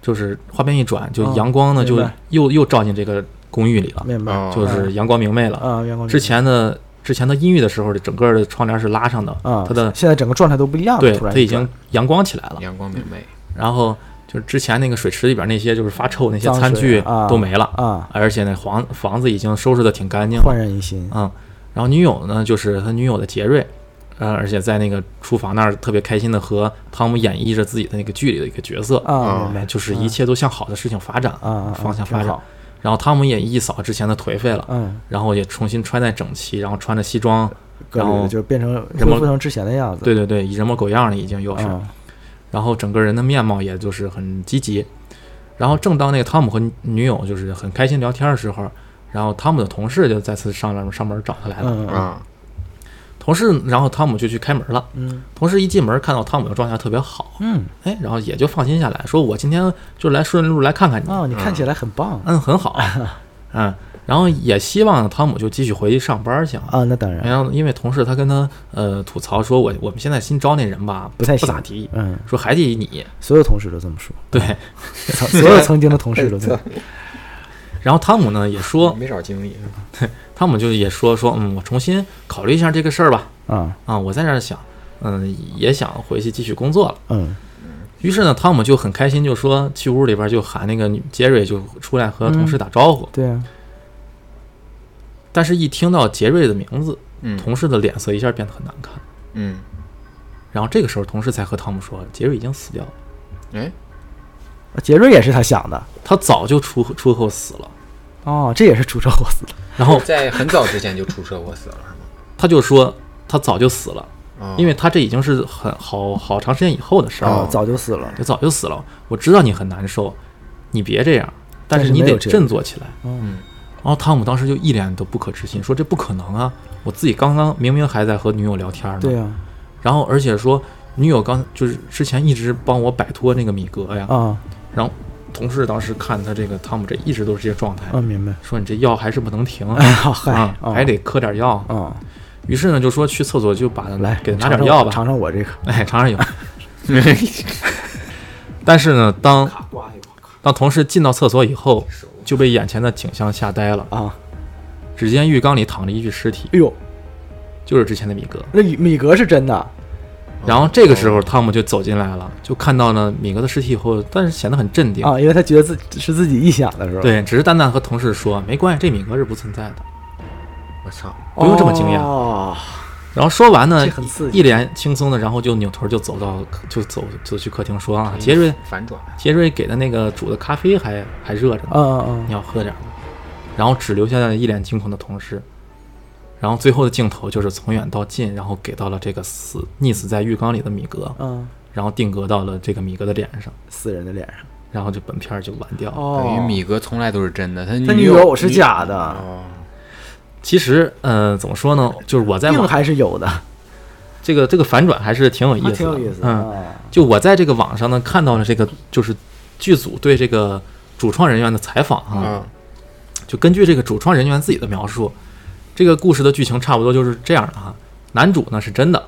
S1: 就是画面一转，就
S2: 哦
S1: 阳光呢、
S2: 明
S1: 就
S2: 白
S1: 又又照进这个公寓里了，
S2: 啊明白
S3: 哦
S1: 就是阳光明媚了。
S2: 啊员工
S1: 之前的之前的阴郁的时候，整个的窗帘是拉上的，
S2: 啊
S1: 它的
S2: 现在整个状态都不一样了，
S1: 对，
S2: 突然
S1: 它已
S2: 一转
S1: 经阳光起来了。
S3: 阳光明媚，
S1: 然后就是之前那个水池里边那些就是发臭那些
S2: 脏
S1: 餐具
S2: 水啊
S1: 都没了，
S2: 啊
S1: 而且那房房子已经收拾的挺干净了，
S2: 焕然一新
S1: 嗯。然后女友呢，就是他女友的杰瑞，呃，而且在那个厨房那儿特别开心的和汤姆演绎着自己的那个剧里的一个角色，
S2: 啊
S3: 啊
S2: 明
S1: 哎，
S2: 白
S1: 就是一切都向好的事情发展，
S2: 啊啊
S1: 方向发
S2: 挺
S1: 展
S2: 好。
S1: 然后汤姆也一扫之前的颓废了，
S2: 嗯
S1: 然后也重新穿戴整齐，然后穿着西装，
S2: 隔
S1: 然
S2: 离
S1: 后
S2: 的就变成
S1: 人模
S2: 恢复成之前的样子
S1: 对对对，人模狗样的已经又是，
S2: 啊
S1: 然后整个人的面貌也就是很积极。然后正当那个汤姆和女友就是很开心聊天的时候，然后汤姆的同事就再次上来上门找他来了。
S2: 嗯嗯
S3: 啊，
S1: 同事，然后汤姆就去开门了。
S2: 嗯
S1: 同事一进门看到汤姆的状态特别好，
S2: 嗯
S1: 哎，然后也就放心下来，说我今天就来顺路来看看你，
S2: 哦你看起来很棒
S1: 嗯，很 好，嗯，然后也希望汤姆就继续回去上班去啊。
S2: 啊那当然
S1: 然后因为同事他跟他呃吐槽说我，我们现在新招那人吧
S2: 不太
S1: 不
S2: 行
S1: 咋地，
S2: 嗯
S1: 说还得你
S2: 所有同事都这么 说
S1: 对。
S2: 所有曾经的同事都这么说
S1: 然后汤姆呢也说，
S3: 没少经历，
S1: 汤姆就也说说，嗯，我重新考虑一下这个事儿吧。
S2: 啊
S1: 啊，我在这儿想，嗯，也想回去继续工作了。
S2: 嗯
S1: 于是呢，汤姆就很开心，就说去屋里边就喊那个女杰瑞就出来和同事打招呼。
S3: 嗯
S2: 对啊
S1: 但是，一听到杰瑞的名字，
S3: 嗯
S1: 同事的脸色一下变得很难看。
S3: 嗯，
S1: 然后这个时候，同事才和汤姆说，杰瑞已经死掉了，
S3: 哎，
S2: 啊杰瑞也是他想的
S1: 他早就出出后死了。
S2: 哦这也是出车祸死的
S1: 然后
S3: 在很早之前就出车祸死了是吗？
S1: 他就说他早就死了，
S3: 哦
S1: 因为他这已经是很好好长时间以后的事儿了。
S2: 啊早就死了
S1: 就哦早就死了。我知道你很难受，你别这样，但
S2: 但
S1: 是
S2: 是
S1: 你
S2: 没
S1: 得
S2: 有这样
S1: 振作起来。
S3: 嗯
S1: 然后汤姆当时就一脸都不可置信，说这不可能啊！我自己刚刚明明还在和女友聊天呢，
S2: 对啊
S1: 然后而且说女友刚就是之前一直帮我摆脱那个米格呀，
S2: 啊
S1: 然后同事当时看他这个汤姆这一直都是这个状态，
S2: 啊明白
S1: 说你这药还是不能停啊，
S2: 哎好嗨
S1: 啊
S2: 啊
S1: 还得嗑点药。
S2: 啊
S1: 于是呢，就说去厕所就把他
S2: 来
S1: 给他拿
S2: 尝
S1: 点
S2: 尝
S1: 药
S2: 我
S1: 吧，
S2: 尝尝我这个
S1: 哎，尝尝有。 但是呢，当当同事进到厕所以后，就被眼前的景象吓呆了。
S2: 啊
S1: 只见浴缸里躺着一具尸体，
S2: 哎呦
S1: 就是之前的米格。
S2: 那米米格是真的
S1: 然后这个
S2: 哦
S1: 时候，汤姆就走进来了，就看到了米格的尸体以后，但是显得很镇定。
S2: 啊因为他觉得自己是自己臆想的是吧
S1: 对，只是淡淡和同事说：“没关系，这米格是不存在的，
S3: 我操，
S1: 不用这么惊讶。
S2: 哦
S1: 然后说完呢
S2: 这很刺，激
S1: 一脸轻松的，然后就扭头就走到，就走就去客厅说
S2: 哎
S1: 啊，杰瑞，
S3: 嗯反转，
S1: 杰瑞给的那个煮的咖啡还还热着呢。
S2: 啊啊
S1: 你要喝点儿吗？然后只留下了一脸惊恐的同事。然后最后的镜头就是从远到近，然后给到了这个死溺死在浴缸里的米格，
S2: 啊啊
S1: 然后定格到了这个米格的脸上，
S2: 死人的脸上
S1: 然后这本片儿就完掉了。
S2: 哦
S3: 等于米格从来都是真的，他
S2: 他
S3: 女
S2: 女
S3: 友
S2: 友是假的
S3: 哦，
S1: 其实，嗯、怎么说呢？就是我在
S2: 病
S1: 网
S2: 还是有的
S1: 这个这个反转还是挺有意思
S2: 还
S1: 的，
S2: 挺有意思的
S1: 嗯，
S2: 啊
S1: 就我在这个网上呢看到了这个就是剧组对这个主创人员的采访哈、
S3: 嗯
S1: 就根据这个主创人员自己的描述，这个故事的剧情差不多就是这样的哈。男主呢是真的，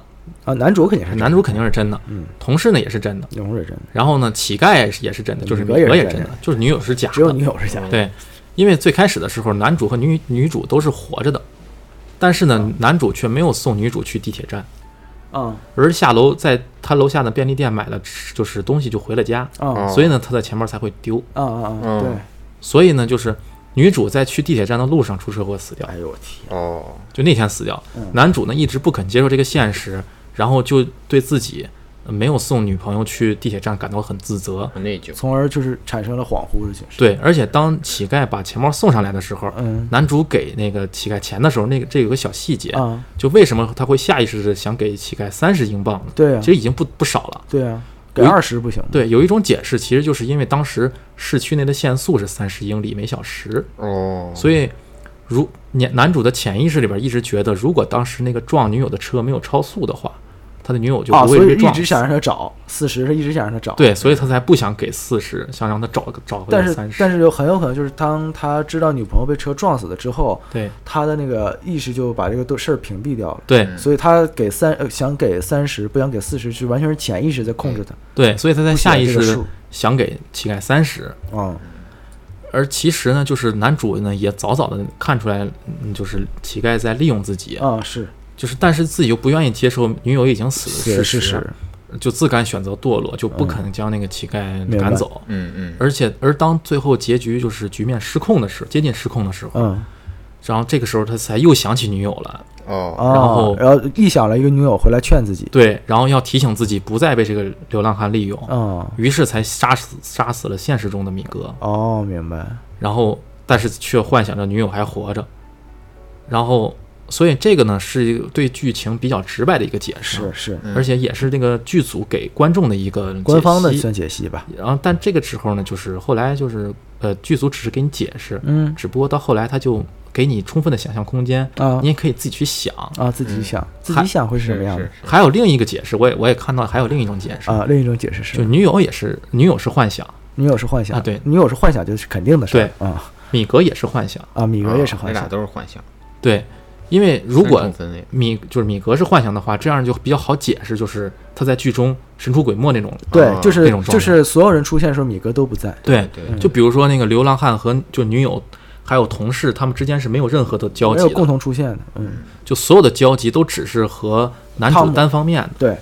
S2: 啊男主肯定是
S1: 男主肯定是真的，
S2: 嗯
S1: 同事呢也是真的，
S2: 女主是真的
S1: 然后呢乞丐也是真的，就是
S2: 女
S1: 米
S2: 格也
S1: 格
S2: 是
S1: 也
S2: 真
S1: 真
S2: 的
S1: 的，就是女友是假
S2: 只有
S1: 的
S2: 女。友是假的
S1: 对，因为最开始的时候，男主和女女主都是活着的，但是呢，男主却没有送女主去地铁站，
S2: 嗯
S1: 而下楼在他楼下的便利店买了吃就是东西就回了家，
S2: 嗯
S3: 哦
S1: 所以呢，他在前面才会丢。
S2: 嗯嗯嗯，对
S3: 嗯，
S1: 所以呢，就是女主在去地铁站的路上出车祸死掉，
S2: 哎呦我天，
S3: 哦，
S1: 就那天死掉
S2: 嗯。
S1: 男主呢一直不肯接受这个现实，然后就对自己呃没有送女朋友去地铁站感到很自责。
S3: 很内疚。
S2: 从而就是产生了恍惚的情绪。
S1: 对，而且当乞丐把钱包送上来的时候，
S2: 嗯
S1: 男主给那个乞丐钱的时候，那个这有个小细节，
S2: 啊，
S1: 就为什么他会下意识的想给乞丐三十英镑呢？
S2: 对啊
S1: 其，实已经不不少了。
S2: 对啊，给
S1: 有一
S2: 二十不行吗？
S1: 对，有一种解释，其实就是因为当时市区内的限速是三十英里每小时，
S3: 哦，
S1: 所以如男男主的潜意识里边一直觉得，如果当时那个撞女友的车没有超速的话，他的女友就
S2: 啊，
S1: 不
S2: 所
S1: 会
S2: 以
S1: 被
S2: 一
S1: 撞
S2: 直
S1: 死。
S2: 想让他找四十，他一直想让他找。
S1: 对，所以他才不想给四十，想让他找个找回
S2: 但
S1: 来
S2: 是
S1: 三十。
S2: 但是有很有可能就是当他知道女朋友被车撞死了之后，
S1: 对
S2: 他的那个意识就把这个都事儿屏蔽掉了。
S1: 对
S3: 嗯
S2: 所以他给三、呃、想给三十，不想给四十，是完全是潜意识在控制他。
S1: 对，所以他在
S2: 不喜欢
S1: 下意
S2: 这个
S1: 识
S2: 数
S1: 的想给乞丐三十，
S2: 嗯
S1: 而其实呢，就是男主呢也早早的看出来，嗯就是乞丐在利用自己，
S2: 啊、是
S1: 就是但是自己又不愿意接受女友已经死的
S2: 是
S1: 事实，
S2: 是，
S1: 就自甘选择堕落，就不
S2: 嗯
S1: 肯将那个乞丐
S2: 明白
S1: 赶走。
S3: 嗯嗯，
S1: 而且，而当最后结局就是局面失控的时，接近失控的时候，
S2: 嗯
S1: 然后这个时候他才又想起女友了，
S3: 哦，
S2: 哦
S1: 然后
S2: 然后臆想了一个女友回来劝自己，
S1: 对，然后要提醒自己不再被这个流浪汉利用，
S2: 嗯
S1: 于是才杀死杀死了现实中的米格，
S2: 哦明白，
S1: 然后但是却幻想着女友还活着，然后所以这个呢是一个对剧情比较直白的一个解释
S2: 是，是
S3: 嗯
S1: 而且也是那个剧组给观众的一个解
S2: 官方的
S1: 析
S2: 算解析吧，
S1: 然后，但这个时候呢，就是后来就是呃，剧组只是给你解释，
S2: 嗯
S1: 只不过到后来他就给你充分的想象空间，
S2: 啊
S1: 你也可以自己去想。
S2: 啊自己
S3: 嗯
S2: 想、自
S1: 还
S2: 己想会是
S3: 是
S2: 什么样
S3: 是
S2: 的
S3: 是
S1: 还有另一个解释，我也我也看到还有另一种解释，
S2: 啊？另一种解释
S1: 就是女友也是女友是幻想，
S2: 女友是幻想
S1: 啊对
S2: 女友是幻想就是肯定的事儿，啊
S1: 米格也是幻想，
S2: 啊米格也是
S3: 哦
S2: 幻
S3: 那
S2: 想
S3: 俩，都是幻想。
S1: 对，因为如果
S3: 三重分裂
S1: 米就是米格是幻想的话，这样就比较好解释，就是他在剧中神出鬼没那种。
S2: 对，就
S3: 啊
S2: 是
S1: 那种状态
S2: 就是所有人出现的时候米格都不在，
S1: 对，
S3: 对，
S2: 嗯
S1: 就比如说那个流浪汉和就女友还有同事，他们之间是没有任何的交
S2: 没
S1: 集
S2: 有
S1: 的，
S2: 共同出现的，嗯
S1: 就所有的交集都只是和男
S2: 汤
S1: 主
S2: 姆
S1: 单方面的。
S2: 对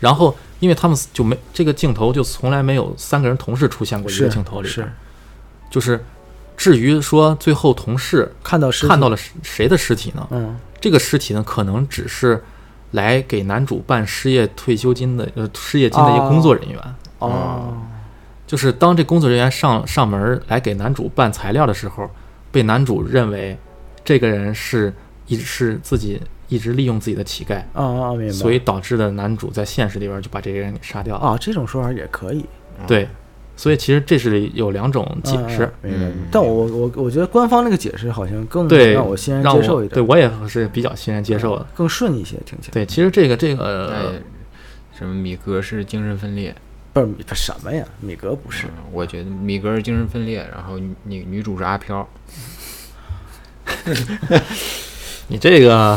S1: 然后，因为他们就没这个镜头，就从来没有三个人同时出现过一个
S2: 是
S1: 镜头里。
S2: 是，
S1: 就是至于说最后同事
S2: 看到尸体
S1: 看到了谁谁的尸体呢？
S2: 嗯
S1: 这个尸体呢，可能只是来给男主办失业退休金的呃失业金的一个工作人员。
S2: 哦
S1: 就是当这工作人员上上门来给男主办材料的时候，被男主认为这个人是一直是自己一直利用自己的乞丐，
S2: 啊啊明白，
S1: 所以导致的男主在现实里边就把这个人给杀掉了。
S2: 啊这种说法也可以
S1: 对，所以其实这是有两种解释，
S2: 啊嗯明白
S3: 嗯
S2: 但我我我觉得官方那个解释好像更
S1: 对，
S2: 让我欣然
S1: 让
S2: 嗯接受一
S1: 对
S2: 点，啊嗯
S1: 我也是比较欣然接受的。
S2: 更顺一些，听起来。
S1: 对，其实这个这
S3: 那
S1: 个
S3: 也呃什么米格是精神分裂，
S2: 不是米什么呀？米格不是
S3: 嗯，我觉得米格是精神分裂，然后女女女主是阿飘，
S1: 你这个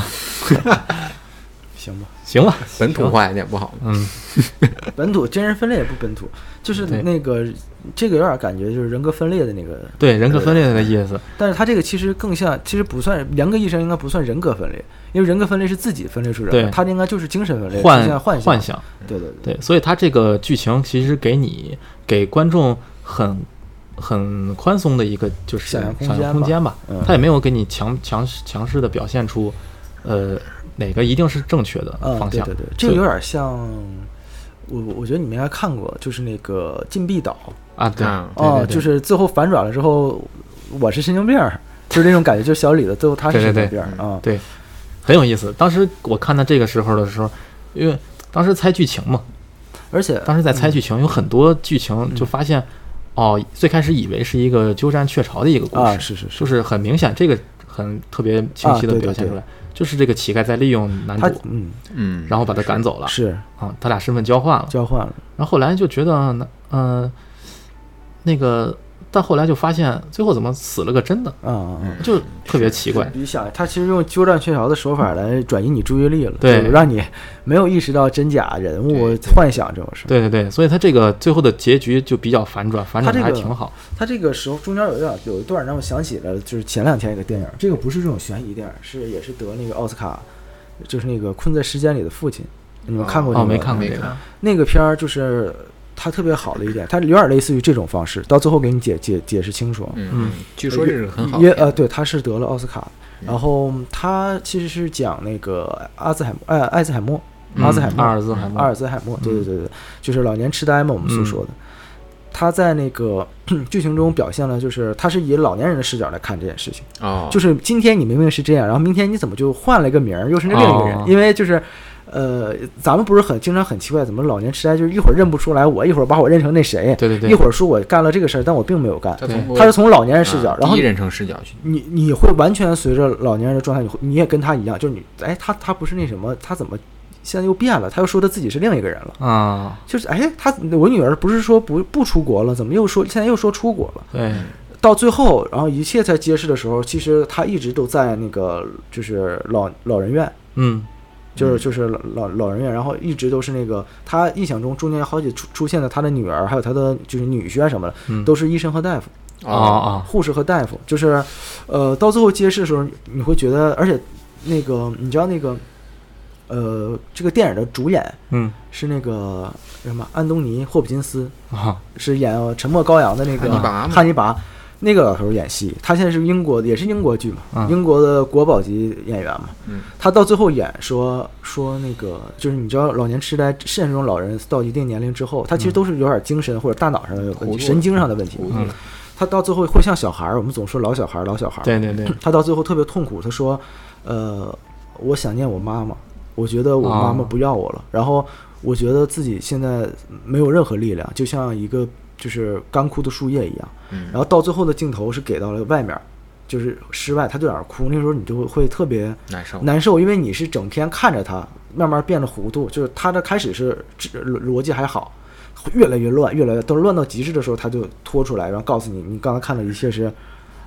S2: 行吧？
S1: 行吧，
S3: 本土化有点不好。
S1: 嗯，
S2: 本土精神分裂也不本土，就是
S1: 对
S2: 那个这个有点感觉就是人格分裂的那个，
S1: 对，人格分裂的意思，
S2: 但是他这个其实更像，其实不算严格意义上应该不算人格分裂，因为人格分裂是自己分裂出人格，
S1: 对
S2: 他应该就是精神分裂，
S1: 幻
S2: 出现幻
S1: 幻，想，
S2: 对对对，
S1: 对，所以它这个剧情其实给你给观众很。很宽松的一个就是
S2: 想象空
S1: 想
S2: 间
S1: 象空
S2: 吧
S1: 间吧，
S2: 嗯
S1: 它也没有给你强强强势的表现出，呃，哪个一定是正确的
S2: 嗯，
S1: 方
S2: 对
S1: 向。
S2: 对对，这
S1: 所
S2: 个
S1: 以
S2: 有点像，我我觉得你们应该看过，就是那个禁闭岛，
S1: 啊，对，
S3: 啊
S1: 对对
S2: 哦，
S1: 对
S2: 就是最后反转了之后，我是神经病儿，就是那种感觉，就是小李子最后他是神经病儿
S3: 对对
S2: 啊，
S1: 对，嗯很有意思。当时我看到这个时候的时候，因为当时猜剧情嘛，
S2: 而且
S1: 当时在猜剧
S2: 嗯
S1: 情，有很多剧情就发现，哦，最开始以为是一个鸠占鹊巢的一个故事，
S2: 啊，是是，
S1: 就是是很明显，这个很特别清晰
S2: 啊
S1: 的
S2: 对对
S1: 表现出来，
S2: 对
S1: 就是这个乞丐在利用男
S2: 他
S1: 主，
S2: 嗯
S3: 嗯，
S1: 然后把他赶走了
S2: 是
S1: 啊，他俩身份交换了。
S2: 交换了，
S1: 然后后来就觉得，嗯、呃，那个但后来就发现最后怎么死了个真的，
S2: 嗯嗯，
S1: 就特别奇怪。
S2: 你想，他其实用鸠占鹊巢的手法来转移你注意力了，
S1: 对
S2: 就是让你没有意识到真假、人物
S3: 对
S2: 幻想这种事。
S1: 对对对，所以他这个最后的结局就比较反转，反转
S2: 它
S1: 的
S2: 这
S1: 还
S2: 个
S1: 挺好。
S2: 他这个时候中间有一段有一段让我想起了，就是前两天一个电影，这个不是这种悬疑电影，是也是得那个奥斯卡，就是那个《困在时间里的父亲》，你们看过、那
S1: 哦，
S2: 个
S1: 没看过
S3: 没
S1: 这个
S3: 看，
S2: 那个片儿就是它特别好的一点，它有点类似于这种方式，到最后给你解解解释清楚。
S1: 嗯
S3: 嗯，据说这是很好的
S2: 也
S3: 片
S2: 呃，对，他是得了奥斯卡，
S1: 嗯
S2: 然后他其实是讲那个阿兹海默，呃，艾兹海默，
S1: 嗯
S2: 阿兹海默，
S1: 阿尔兹海默嗯
S2: 阿尔兹海默，对对对对，就是老年痴呆嘛，我们所说的。他在那个 剧情中表现了，就是他是以老年人的视角来看这件事情，
S1: 啊
S3: 哦，
S2: 就是今天你明明是这样，然后明天你怎么就换了一个名儿，又是那另一个人？
S1: 哦
S2: 因为就是，呃，咱们不是很经常很奇怪，怎么老年痴呆就是一会儿认不出来我，一会儿把我认成那谁，
S1: 对对对，
S2: 一会儿说我干了这个事儿，但我并没有干。
S3: 他
S1: 对
S3: 通过
S2: 他是从老年人视
S3: 啊
S2: 角，然后你
S3: 第一人称视角去，
S2: 你你会完全随着老年人的状态，你会你也跟他一样，就是你哎，他他不是那什么，他怎么现在又变了？他又说他自己是另一个人了，
S1: 啊，
S2: 就是哎，他我女儿不是说不不出国了，怎么又说现在又说出国了？
S1: 对，
S2: 到最后，然后一切才揭示的时候，其实他一直都在那个就是老老人院，
S1: 嗯，
S2: 就是就是老老老人院，然后一直都是那个他印象中中间有好几出出现了他的女儿，还有他的就是女婿啊什么的，
S1: 嗯
S2: 都是医生和大夫。
S3: 哦
S1: 啊啊，
S2: 护士和大夫，就是，呃，到最后揭示的时候，你会觉得，而且那个你知道那个，呃，这个电影的主演
S1: 嗯
S2: 是那个什么安东尼·霍普金斯，
S1: 啊，
S2: 是演《沉默羔羊》的那个
S3: 汉尼拔吗
S2: 汉尼拔那个老头儿演戏，他现在是英国的，也是英国剧嘛，
S1: 嗯
S2: 英国的国宝级演员嘛。
S3: 嗯
S2: 他到最后演说说那个，就是你知道老年痴呆，现实中老人到一定年龄之后，他其
S3: 嗯
S2: 实都是有点精神或者大脑上的问
S3: 糊涂
S2: 题、
S3: 了
S2: 神经上的问题。
S3: 糊涂了
S2: 他到最后会像小孩儿，我们总说老小孩儿，老小孩儿。
S1: 对对对，
S2: 他到最后特别痛苦，他说：“呃，我想念我妈妈，我觉得我妈妈
S1: 啊
S2: 不要我了，然后我觉得自己现在没有任何力量，就像一个就是干枯的树叶一样。
S3: 嗯
S2: 然后到最后的镜头是给到了外面，就是室外，他就在那儿哭，那时候你就会会特别
S3: 难受，
S2: 难受，因为你是整天看着他慢慢变得糊涂，就是他的开始是只逻逻辑还好。”越来越乱，越来越都乱到极致的时候，他就拖出来，然后告诉你，你刚才看到的一切是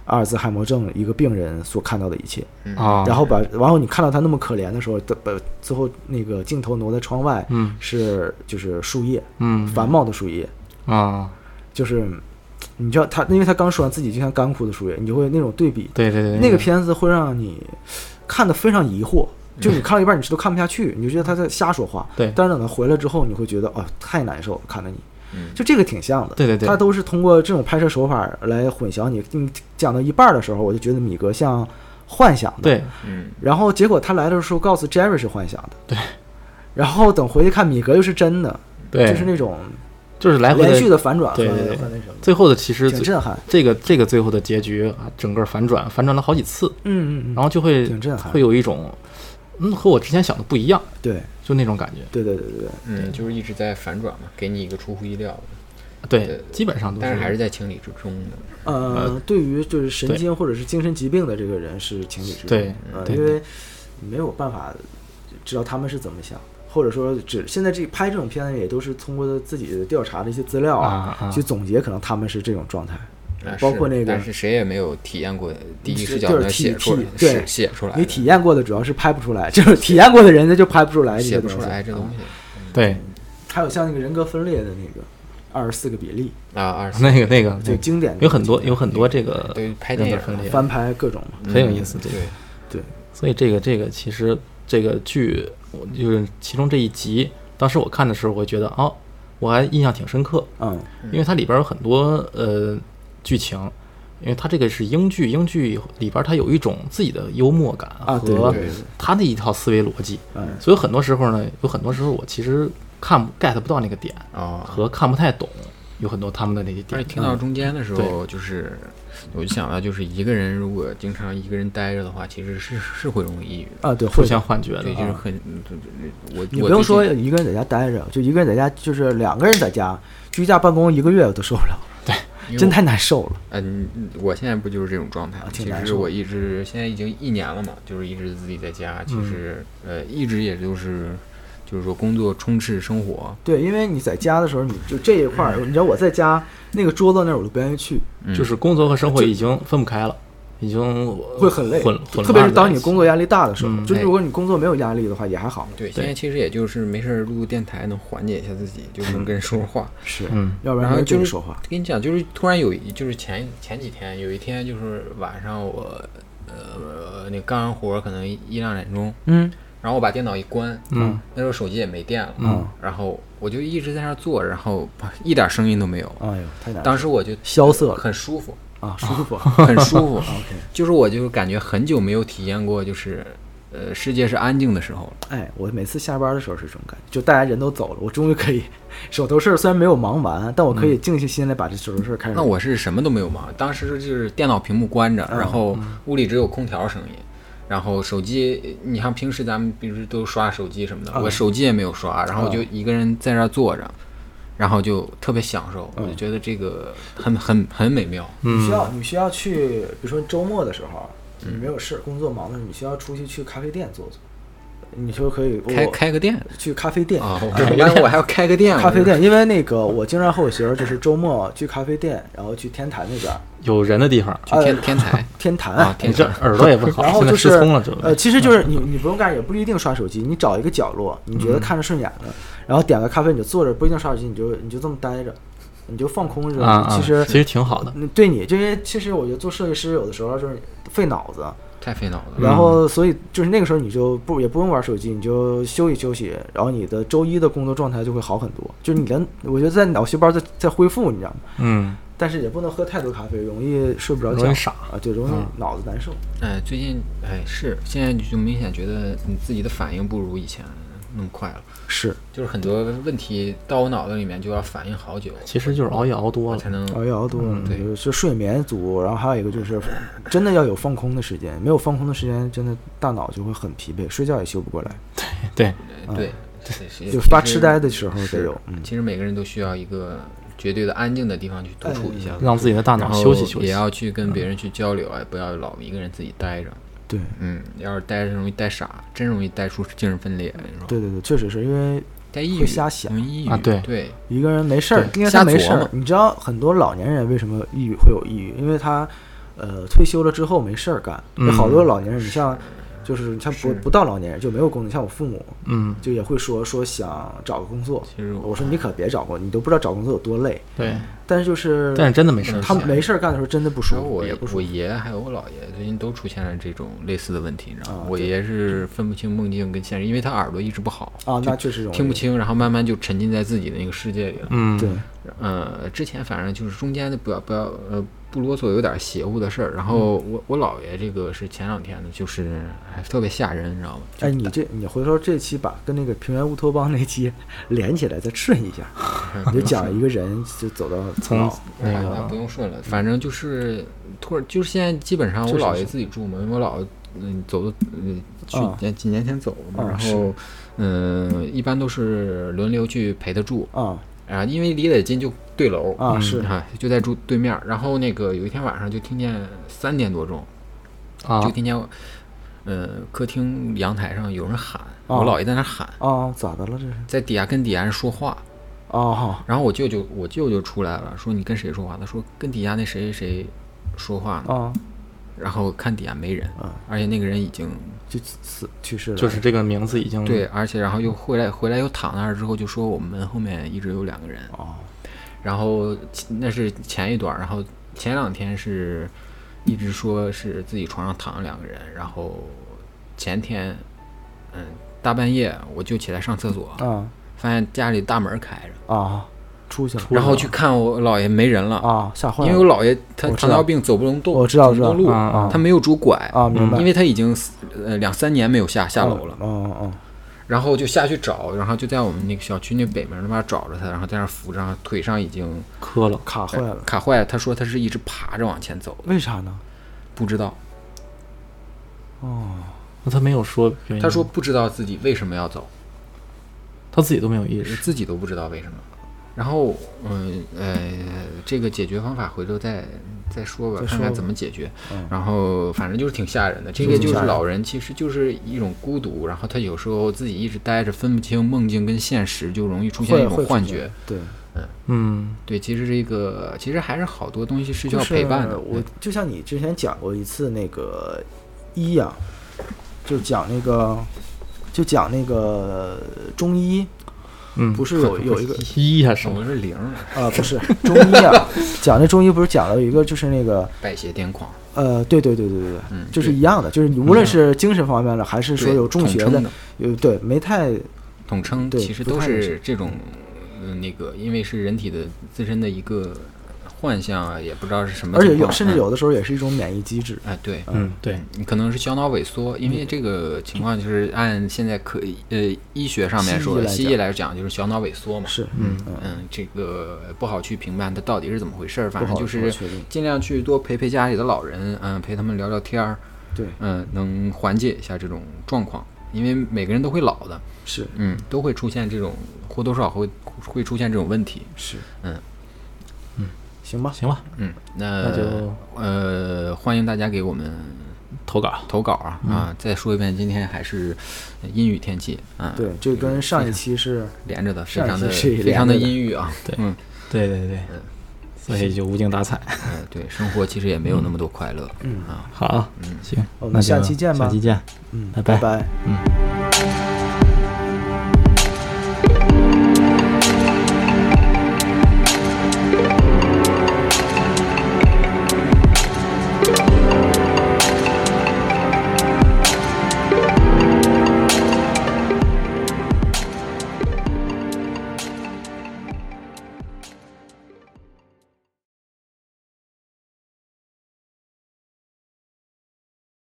S2: 阿尔兹海默症一个病人所看到的一切。
S3: 嗯
S1: 啊，
S2: 然后把，然后你看到他那么可怜的时候，他把呃最后那个镜头挪在窗外，
S1: 嗯
S2: 是就是树叶，
S1: 嗯
S2: 繁茂的树叶，
S1: 啊，
S2: 就是你知道他，因为他刚说完自己就像干枯的树叶，你就会那种对比，
S1: 对对对，
S2: 那个片子会让你看得非常疑惑，就你看到一半你是都看不下去，你就觉得他在瞎说话，
S1: 对
S2: 但是等他回来之后，你会觉得哦太难受了，看得你。
S3: 嗯
S2: 就这个挺像的，
S1: 对对对
S2: 他都是通过这种拍摄手法来混淆你。你讲到一半的时候，我就觉得米格像幻想的，
S1: 对
S3: 嗯
S2: 然后结果他来的时候告诉 Jerry 是幻想的，
S1: 对。
S2: 然后等回去看米格又是真的，
S1: 对，
S2: 就是那种
S1: 就是来回
S2: 连续
S1: 的，
S2: 的反转和
S1: 对对对
S2: 和那什么，
S1: 最后的其实
S2: 挺震撼。
S1: 这个这个最后的结局啊，整个反转反转了好几次，
S2: 嗯嗯
S1: 然
S2: 嗯，
S1: 后就会
S2: 挺震撼
S1: 会有一种嗯和我之前想的不一样，
S2: 对
S1: 就那种感觉。
S2: 对对对对对，
S3: 嗯，就是一直在反转嘛，给你一个出乎意料的，
S1: 对
S3: 对，
S1: 基本
S2: 嗯
S1: 上都
S3: 但是还是在情理之中的。
S2: 呃
S1: 呃，
S2: 对于就是神
S1: 对
S2: 经或者是精神疾病的这个人是情理之中，
S1: 对
S2: 呃，
S1: 对
S2: 因为没有办法知道他们是怎么想的，或者说只现在这拍这种片子也都是通过自己的调查的一些资料
S1: 啊啊
S2: 去总结，可能他们是这种状态。
S3: 啊
S2: 包
S3: 是
S2: 括那个
S3: 但是谁也没有体验过第一视角
S2: 就是
S3: 能
S2: 体
S3: 写出来
S2: 体，对
S3: 是写出来
S2: 你
S3: 的，
S2: 体验过的主要是拍不出来， 就是体验过的人他就拍不出来这
S3: 写
S2: 些
S3: 不
S2: 东西，
S3: 出来这东
S2: 啊
S3: 西
S1: 对
S2: 还有像那个人格分裂的那个二十四个比例，
S3: 啊。二十 四
S1: 那个那个
S2: 就
S1: 那个
S2: 经典的
S1: 有很多有很多这个
S3: 对拍电影嗯
S1: 人格分裂
S2: 翻拍各种嘛。
S1: 很有意思这个
S3: 对，
S2: 对，
S1: 所以这个这个其实这个剧，我就是其中这一集，当时我看的时候，我觉得哦，我还印象挺深刻，
S2: 嗯
S1: 因为它里边有很多呃剧情，因为它这个是英剧，英剧里边它有一种自己的幽默感
S2: 啊对
S1: 和
S2: 对对
S1: 它的一套思维逻辑，
S2: 嗯
S1: 所以很多时候呢，有很多时候我其实看不 get 不到那个点
S3: 哦，
S1: 和看不太懂，有很多他们的那些
S3: 而
S1: 点。
S3: 且
S2: 嗯
S3: 听到中间的时候，就是我就想到，就是一个人如果经常一个人待着的话，其实是是会容易抑郁的。
S2: 啊，对，
S1: 出
S2: 会
S1: 现幻觉的
S3: 对，就是
S1: 啊，
S3: 很，我我
S2: 你不
S3: 最
S2: 用
S3: 近
S2: 说一个人在家待着，就一个人在家，就是两个人在家居家办公一个月我都受不 了，
S3: 因为
S2: 真
S3: 我
S2: 太难受了。
S3: 嗯，我现在不就是这种状态吗？
S2: 挺
S3: 其
S2: 难
S3: 实
S2: 受
S3: 我一直现在已经一年了嘛，就是一直自己在家，其实、呃一直也就是就是说工作充斥生活，
S2: 对，因为你在家的时候，你就这一块儿，你知道我在家那个桌子那儿，我都不愿意去，
S3: 嗯
S1: 就是工作和生活已经分不开了，已经
S2: 会很累
S1: 混，混
S2: 特别是当你
S1: 工
S2: 工作压力大的时候，
S1: 嗯
S2: 就是如果你工作没有压力的话，也还好。
S3: 对，
S1: 对
S3: 现在其实也就是没事儿录录电台，能缓解一下自己，就能跟人说说话。
S2: 是，
S1: 嗯
S2: 要不然
S3: 然后
S2: 还是
S3: 就
S2: 不
S3: 是
S2: 说话。
S3: 跟你讲，就是突然有一，就是前前几天有一天，就是晚上我，呃，那干完活儿可能一一两点钟，
S2: 嗯
S3: 然后我把电脑一关，
S1: 嗯，
S3: 那时候手机也没电了，
S2: 嗯，
S3: 然后我就一直在那儿坐着，然后一点声音都没有。
S2: 哎呦，太难了
S3: 当时我就
S2: 萧瑟
S3: 很舒服，
S2: 啊，舒 服。。
S3: 很舒服
S2: OK，
S3: 就是我就感觉很久没有体验过，就是呃，世界是安静的时候了。
S2: 哎，我每次下班的时候是这种感觉，就大家人都走了，我终于可以手头事儿虽然没有忙完，但我可以静下心来把这手头事儿开始。
S3: 那我是什么都没有忙，当时就是电脑屏幕关
S2: 嗯
S3: 着，然后屋里只有空调声音，然后手机，你像平时咱们比如都刷手机什
S2: 嗯
S3: 么的，我手机也没有刷，然后我就一个人在这儿坐着，然后就特别享受，
S2: 嗯
S3: 我就觉得这个很很很美妙。
S1: 嗯
S2: 你需要你需要去，比如说周末的时候，你没有事儿，工作忙的时候，你需要出去去咖啡店坐坐。你说可以
S3: 开
S2: 我
S3: 开个店
S2: 去咖啡店
S3: 啊， 我原来我还要开个店，
S2: 咖啡店，因为那个我经常和我媳妇儿就是周末去咖啡店，然后去天坛那边儿，
S1: 有人的地方，
S3: 我就去天
S2: 哎
S3: 天台
S2: 天坛
S3: 啊，
S1: 你
S3: 天
S1: 这
S3: 台。
S1: 耳朵也不好，
S2: 然后
S1: 现在
S2: 就是
S1: 失聪了，这
S2: 呃，其实就是你你不用干，也不一定刷手机，你找一个角落，你
S3: 嗯
S2: 觉得看着顺眼的，然后点个咖啡你就坐着，不一定刷手机，你就你就这么待着，你就放空着。
S1: 啊啊，
S2: 其实
S1: 其实挺好的，
S2: 嗯对你，这些其实我觉得做设计师有的时候就是费脑子，
S3: 太费脑子了。
S2: 然后所以就是那个时候你就不也不用玩手机，你就休息休息，然后你的周一的工作状态就会好很多，就是你连我觉得在脑细胞在在恢复，你知道吗？
S1: 嗯，
S2: 但是也不能喝太多咖啡，容易睡不着觉，
S1: 容易傻
S2: 啊，就容易脑子难受。
S3: 哎，最近哎是现在就明显觉得你自己的反应不如以前那么快了，
S2: 是，
S3: 就是很多问题到我脑子里面就要反应好久，
S1: 其实就是熬夜熬多了
S3: 才，能
S2: 熬夜熬多了，
S3: 对
S2: 就是睡眠足，然后还有一个就是，真的要有放空的时间，没有放空的时间，真的大脑就会很疲惫，睡觉也休不过来。
S1: 对，
S3: 对，是是
S2: 哦就
S3: 其
S2: 发
S3: 实
S2: 痴呆的时候
S3: 是
S2: 得有嗯
S3: 其实每个人都需要一个绝对的安静的地方去独处一
S2: 哎
S3: 下，
S1: 让自己的大
S3: 然
S1: 脑
S3: 后
S1: 休息休
S3: 也
S1: 息。
S3: 要去跟
S2: 嗯
S3: 别人去交流，哎，不要老一个人自己待着。
S2: 对，
S3: 嗯，要是待着容易待傻，真容易待出精神分裂。哎你说
S2: 对对对，确实是因为
S3: 待抑
S2: 会
S3: 郁，
S2: 瞎想
S3: 容易抑郁
S1: 啊对
S3: 对，
S2: 一个人没事儿，
S3: 对
S2: 因为他没事
S3: 瞎琢
S2: 儿
S3: 磨。
S2: 你知道很多老年人为什么抑郁会有抑郁？因为他，呃，退休了之后没事儿干。有
S1: 嗯
S2: 好多老年人，你像，就是你像不
S3: 是
S2: 不到老年人就没有工作，你像我父母，
S1: 嗯，
S2: 就也会说说想找个工作。
S3: 其实我
S2: 我说你可别找工，你都不知道找工作有多累。
S1: 对，
S2: 但是就是，
S1: 但是真的没事儿，
S2: 他们没事儿干的时候真的不舒
S3: 还有
S2: 服，
S3: 哎我
S2: 也不舒
S3: 我
S2: 服。
S3: 爷还有我姥爷最近都出现了这种类似的问题，你知道吗
S2: 啊？
S3: 我爷是分不清梦境跟现实，因为他耳朵一直不好，
S2: 啊，那确实容易
S3: 听不。清，然后慢慢就沉浸在自己的那个世界里了。
S1: 嗯，
S2: 对，
S3: 呃，之前反正就是中间的不要不要呃不啰嗦，有点邪乎的事儿。然后
S2: 嗯
S3: 我我姥爷这个是前两天的，就是还特别吓人，你知道吗？
S2: 哎，你这你回头这期把跟那个平原乌托邦那期连起来再顺一 下，你就讲一个人就走到
S1: 从
S2: 老
S1: 那
S3: 哎
S1: 个
S3: 那不用顺了，反正就是突然就是现在基本上我姥爷自己住嘛，因为我姥爷嗯走的嗯去
S2: 啊
S3: 年几年前走了嘛，
S2: 啊
S3: 然
S2: 是
S3: 后嗯一般都是轮流去陪他住，
S2: 啊
S3: 啊，因为离得近就对楼
S2: 啊
S3: 嗯
S2: 是
S3: 啊就在住对面儿。然后那个有一天晚上就听见三点多钟。
S1: 啊
S3: 就，听见，呃，客厅阳台上有人喊，
S2: 哦
S3: 我姥爷在那喊，
S2: 啊，咋的了这是？
S3: 在底下跟底下人说话。
S2: 哦，
S3: 然后我舅舅，我舅舅出来了，说你跟谁说话？他说跟底下那谁谁说话呢。
S2: 啊，
S3: 然后看底下没人
S2: 嗯，
S3: 而且那个人已经
S2: 就死去世了，
S1: 就是这个名字已经
S2: 嗯
S3: 对，而且然后又回来，回来又躺那儿之后就说我们门后面一直有两个人。
S2: 哦，
S3: 然后其那是前一段儿，然后前两天是一直说是自己床上躺了两个人，然后前天，嗯，大半夜我就起来上厕所，
S2: 啊
S3: 发现家里大门开着，
S2: 啊，出去了，
S1: 来
S3: 然后去看我姥爷没人了，
S2: 啊，吓坏
S3: 因
S2: 了，
S3: 为我姥爷他
S2: 我知
S3: 糖
S2: 道
S3: 尿病走不能动，
S2: 我知道
S3: 走不能
S2: 知道
S3: 动路，
S1: 啊啊
S3: 他没有拄拐，
S2: 啊，明白，
S3: 嗯因为他已经呃两三年没有下下楼了，
S2: 嗯嗯
S3: 然后就下去找，然后就在我们那个小区那北门那边找着他，然后在那儿扶着，然后腿上已经。
S1: 磕了
S2: 嗯，，卡坏了，
S3: 卡坏了。他说他是一直爬着往前走的，
S2: 为啥呢？
S3: 不知道。
S2: 哦，
S1: 那他没有说
S2: 嗯
S1: 原因，
S3: 他说不知道自己为什么要走，
S1: 他自己都没有意识，
S3: 自己都不知道为什么。然后，嗯呃，这个解决方法回头再再说
S2: 再
S3: 吧，看
S2: 说
S3: 看
S2: 吧
S3: 怎么解决。
S2: 嗯
S3: 然后反正就是挺吓人的，这个
S2: 挺
S3: 就
S2: 吓人
S3: 是老人，其实就是一种孤独，然后他有时候自己一直待着，分不清梦境跟现实，就容易出现
S2: 会
S3: 一种
S2: 会
S3: 幻
S2: 出现
S3: 觉。，
S2: 对，
S1: 嗯，
S3: 对，其实这个其实还是好多东西是需
S2: 就
S3: 要
S2: 是
S3: 陪伴的。嗯
S2: 我就像你之前讲过一次那个医啊，就讲那个，就讲那个中医，
S1: 嗯
S2: 不是有有一 个
S1: 一呀
S3: 什
S1: 什么？
S3: 么是零儿？
S2: 啊，不是中医啊， 讲那中医不是讲了一个就是那个
S3: 拜邪癫狂，
S2: 呃，对对对对对对，
S3: 嗯
S2: 就是
S3: 对嗯
S2: 一样的，就是你无论是精神方面的，还是说
S3: 对
S2: 有中
S3: 统
S2: 学
S3: 称
S2: 的
S3: 的，
S2: 有对没太
S3: 统称
S2: 对
S3: 其实
S2: 不
S3: 都
S2: 太能
S3: 是这种，嗯，那个因为是人体的自身的一个幻象啊，也不知道是什么
S2: 而
S3: 情况，
S2: 且有甚至
S3: 嗯
S2: 有的时候也是一种免疫机制。
S3: 啊，对，
S1: 嗯，对，
S3: 你可能是小脑萎缩，因
S2: 嗯
S3: 为这个情况就是按现在可呃医学上面
S2: 西医
S3: 说，
S2: 来
S3: 西医
S2: 讲
S3: 来讲就是小脑萎缩嘛。
S2: 是，
S1: 嗯
S3: 嗯，这个不好去评判它到底是怎么回事儿，反
S2: 不
S3: 正
S2: 好
S3: 就
S2: 不好
S3: 是
S2: 确定
S3: 尽量去多陪陪家里的老人，嗯，陪他们聊聊天儿，
S2: 对，
S3: 嗯，能缓解一下这种状况，因为每个人都会老的，
S2: 是
S3: 嗯，都会出现这种或多或少会会出现这种问题，
S2: 是，
S3: 嗯
S2: 行吧，
S1: 行吧，
S3: 嗯，那
S1: 那就
S3: 呃欢迎大家给我们
S1: 投稿。
S3: 投稿啊、
S2: 嗯
S3: 啊！再说一遍，今天还是呃阴雨天气啊，
S2: 对，这跟上一期是
S3: 连着的，非
S2: 上一
S3: 常的
S2: 期是
S3: 非常的
S2: 连着的
S3: 阴郁啊，
S1: 对
S3: 嗯
S1: 对对对，所以就无精打采。
S3: 呃对，生活其实也没有那么多快乐，
S2: 嗯
S3: 啊，
S1: 好，行，
S2: 我们
S1: 那就
S2: 下期见吧
S1: 下期见，
S2: 嗯，
S1: 拜
S2: 拜
S1: 拜
S2: 拜
S1: 嗯。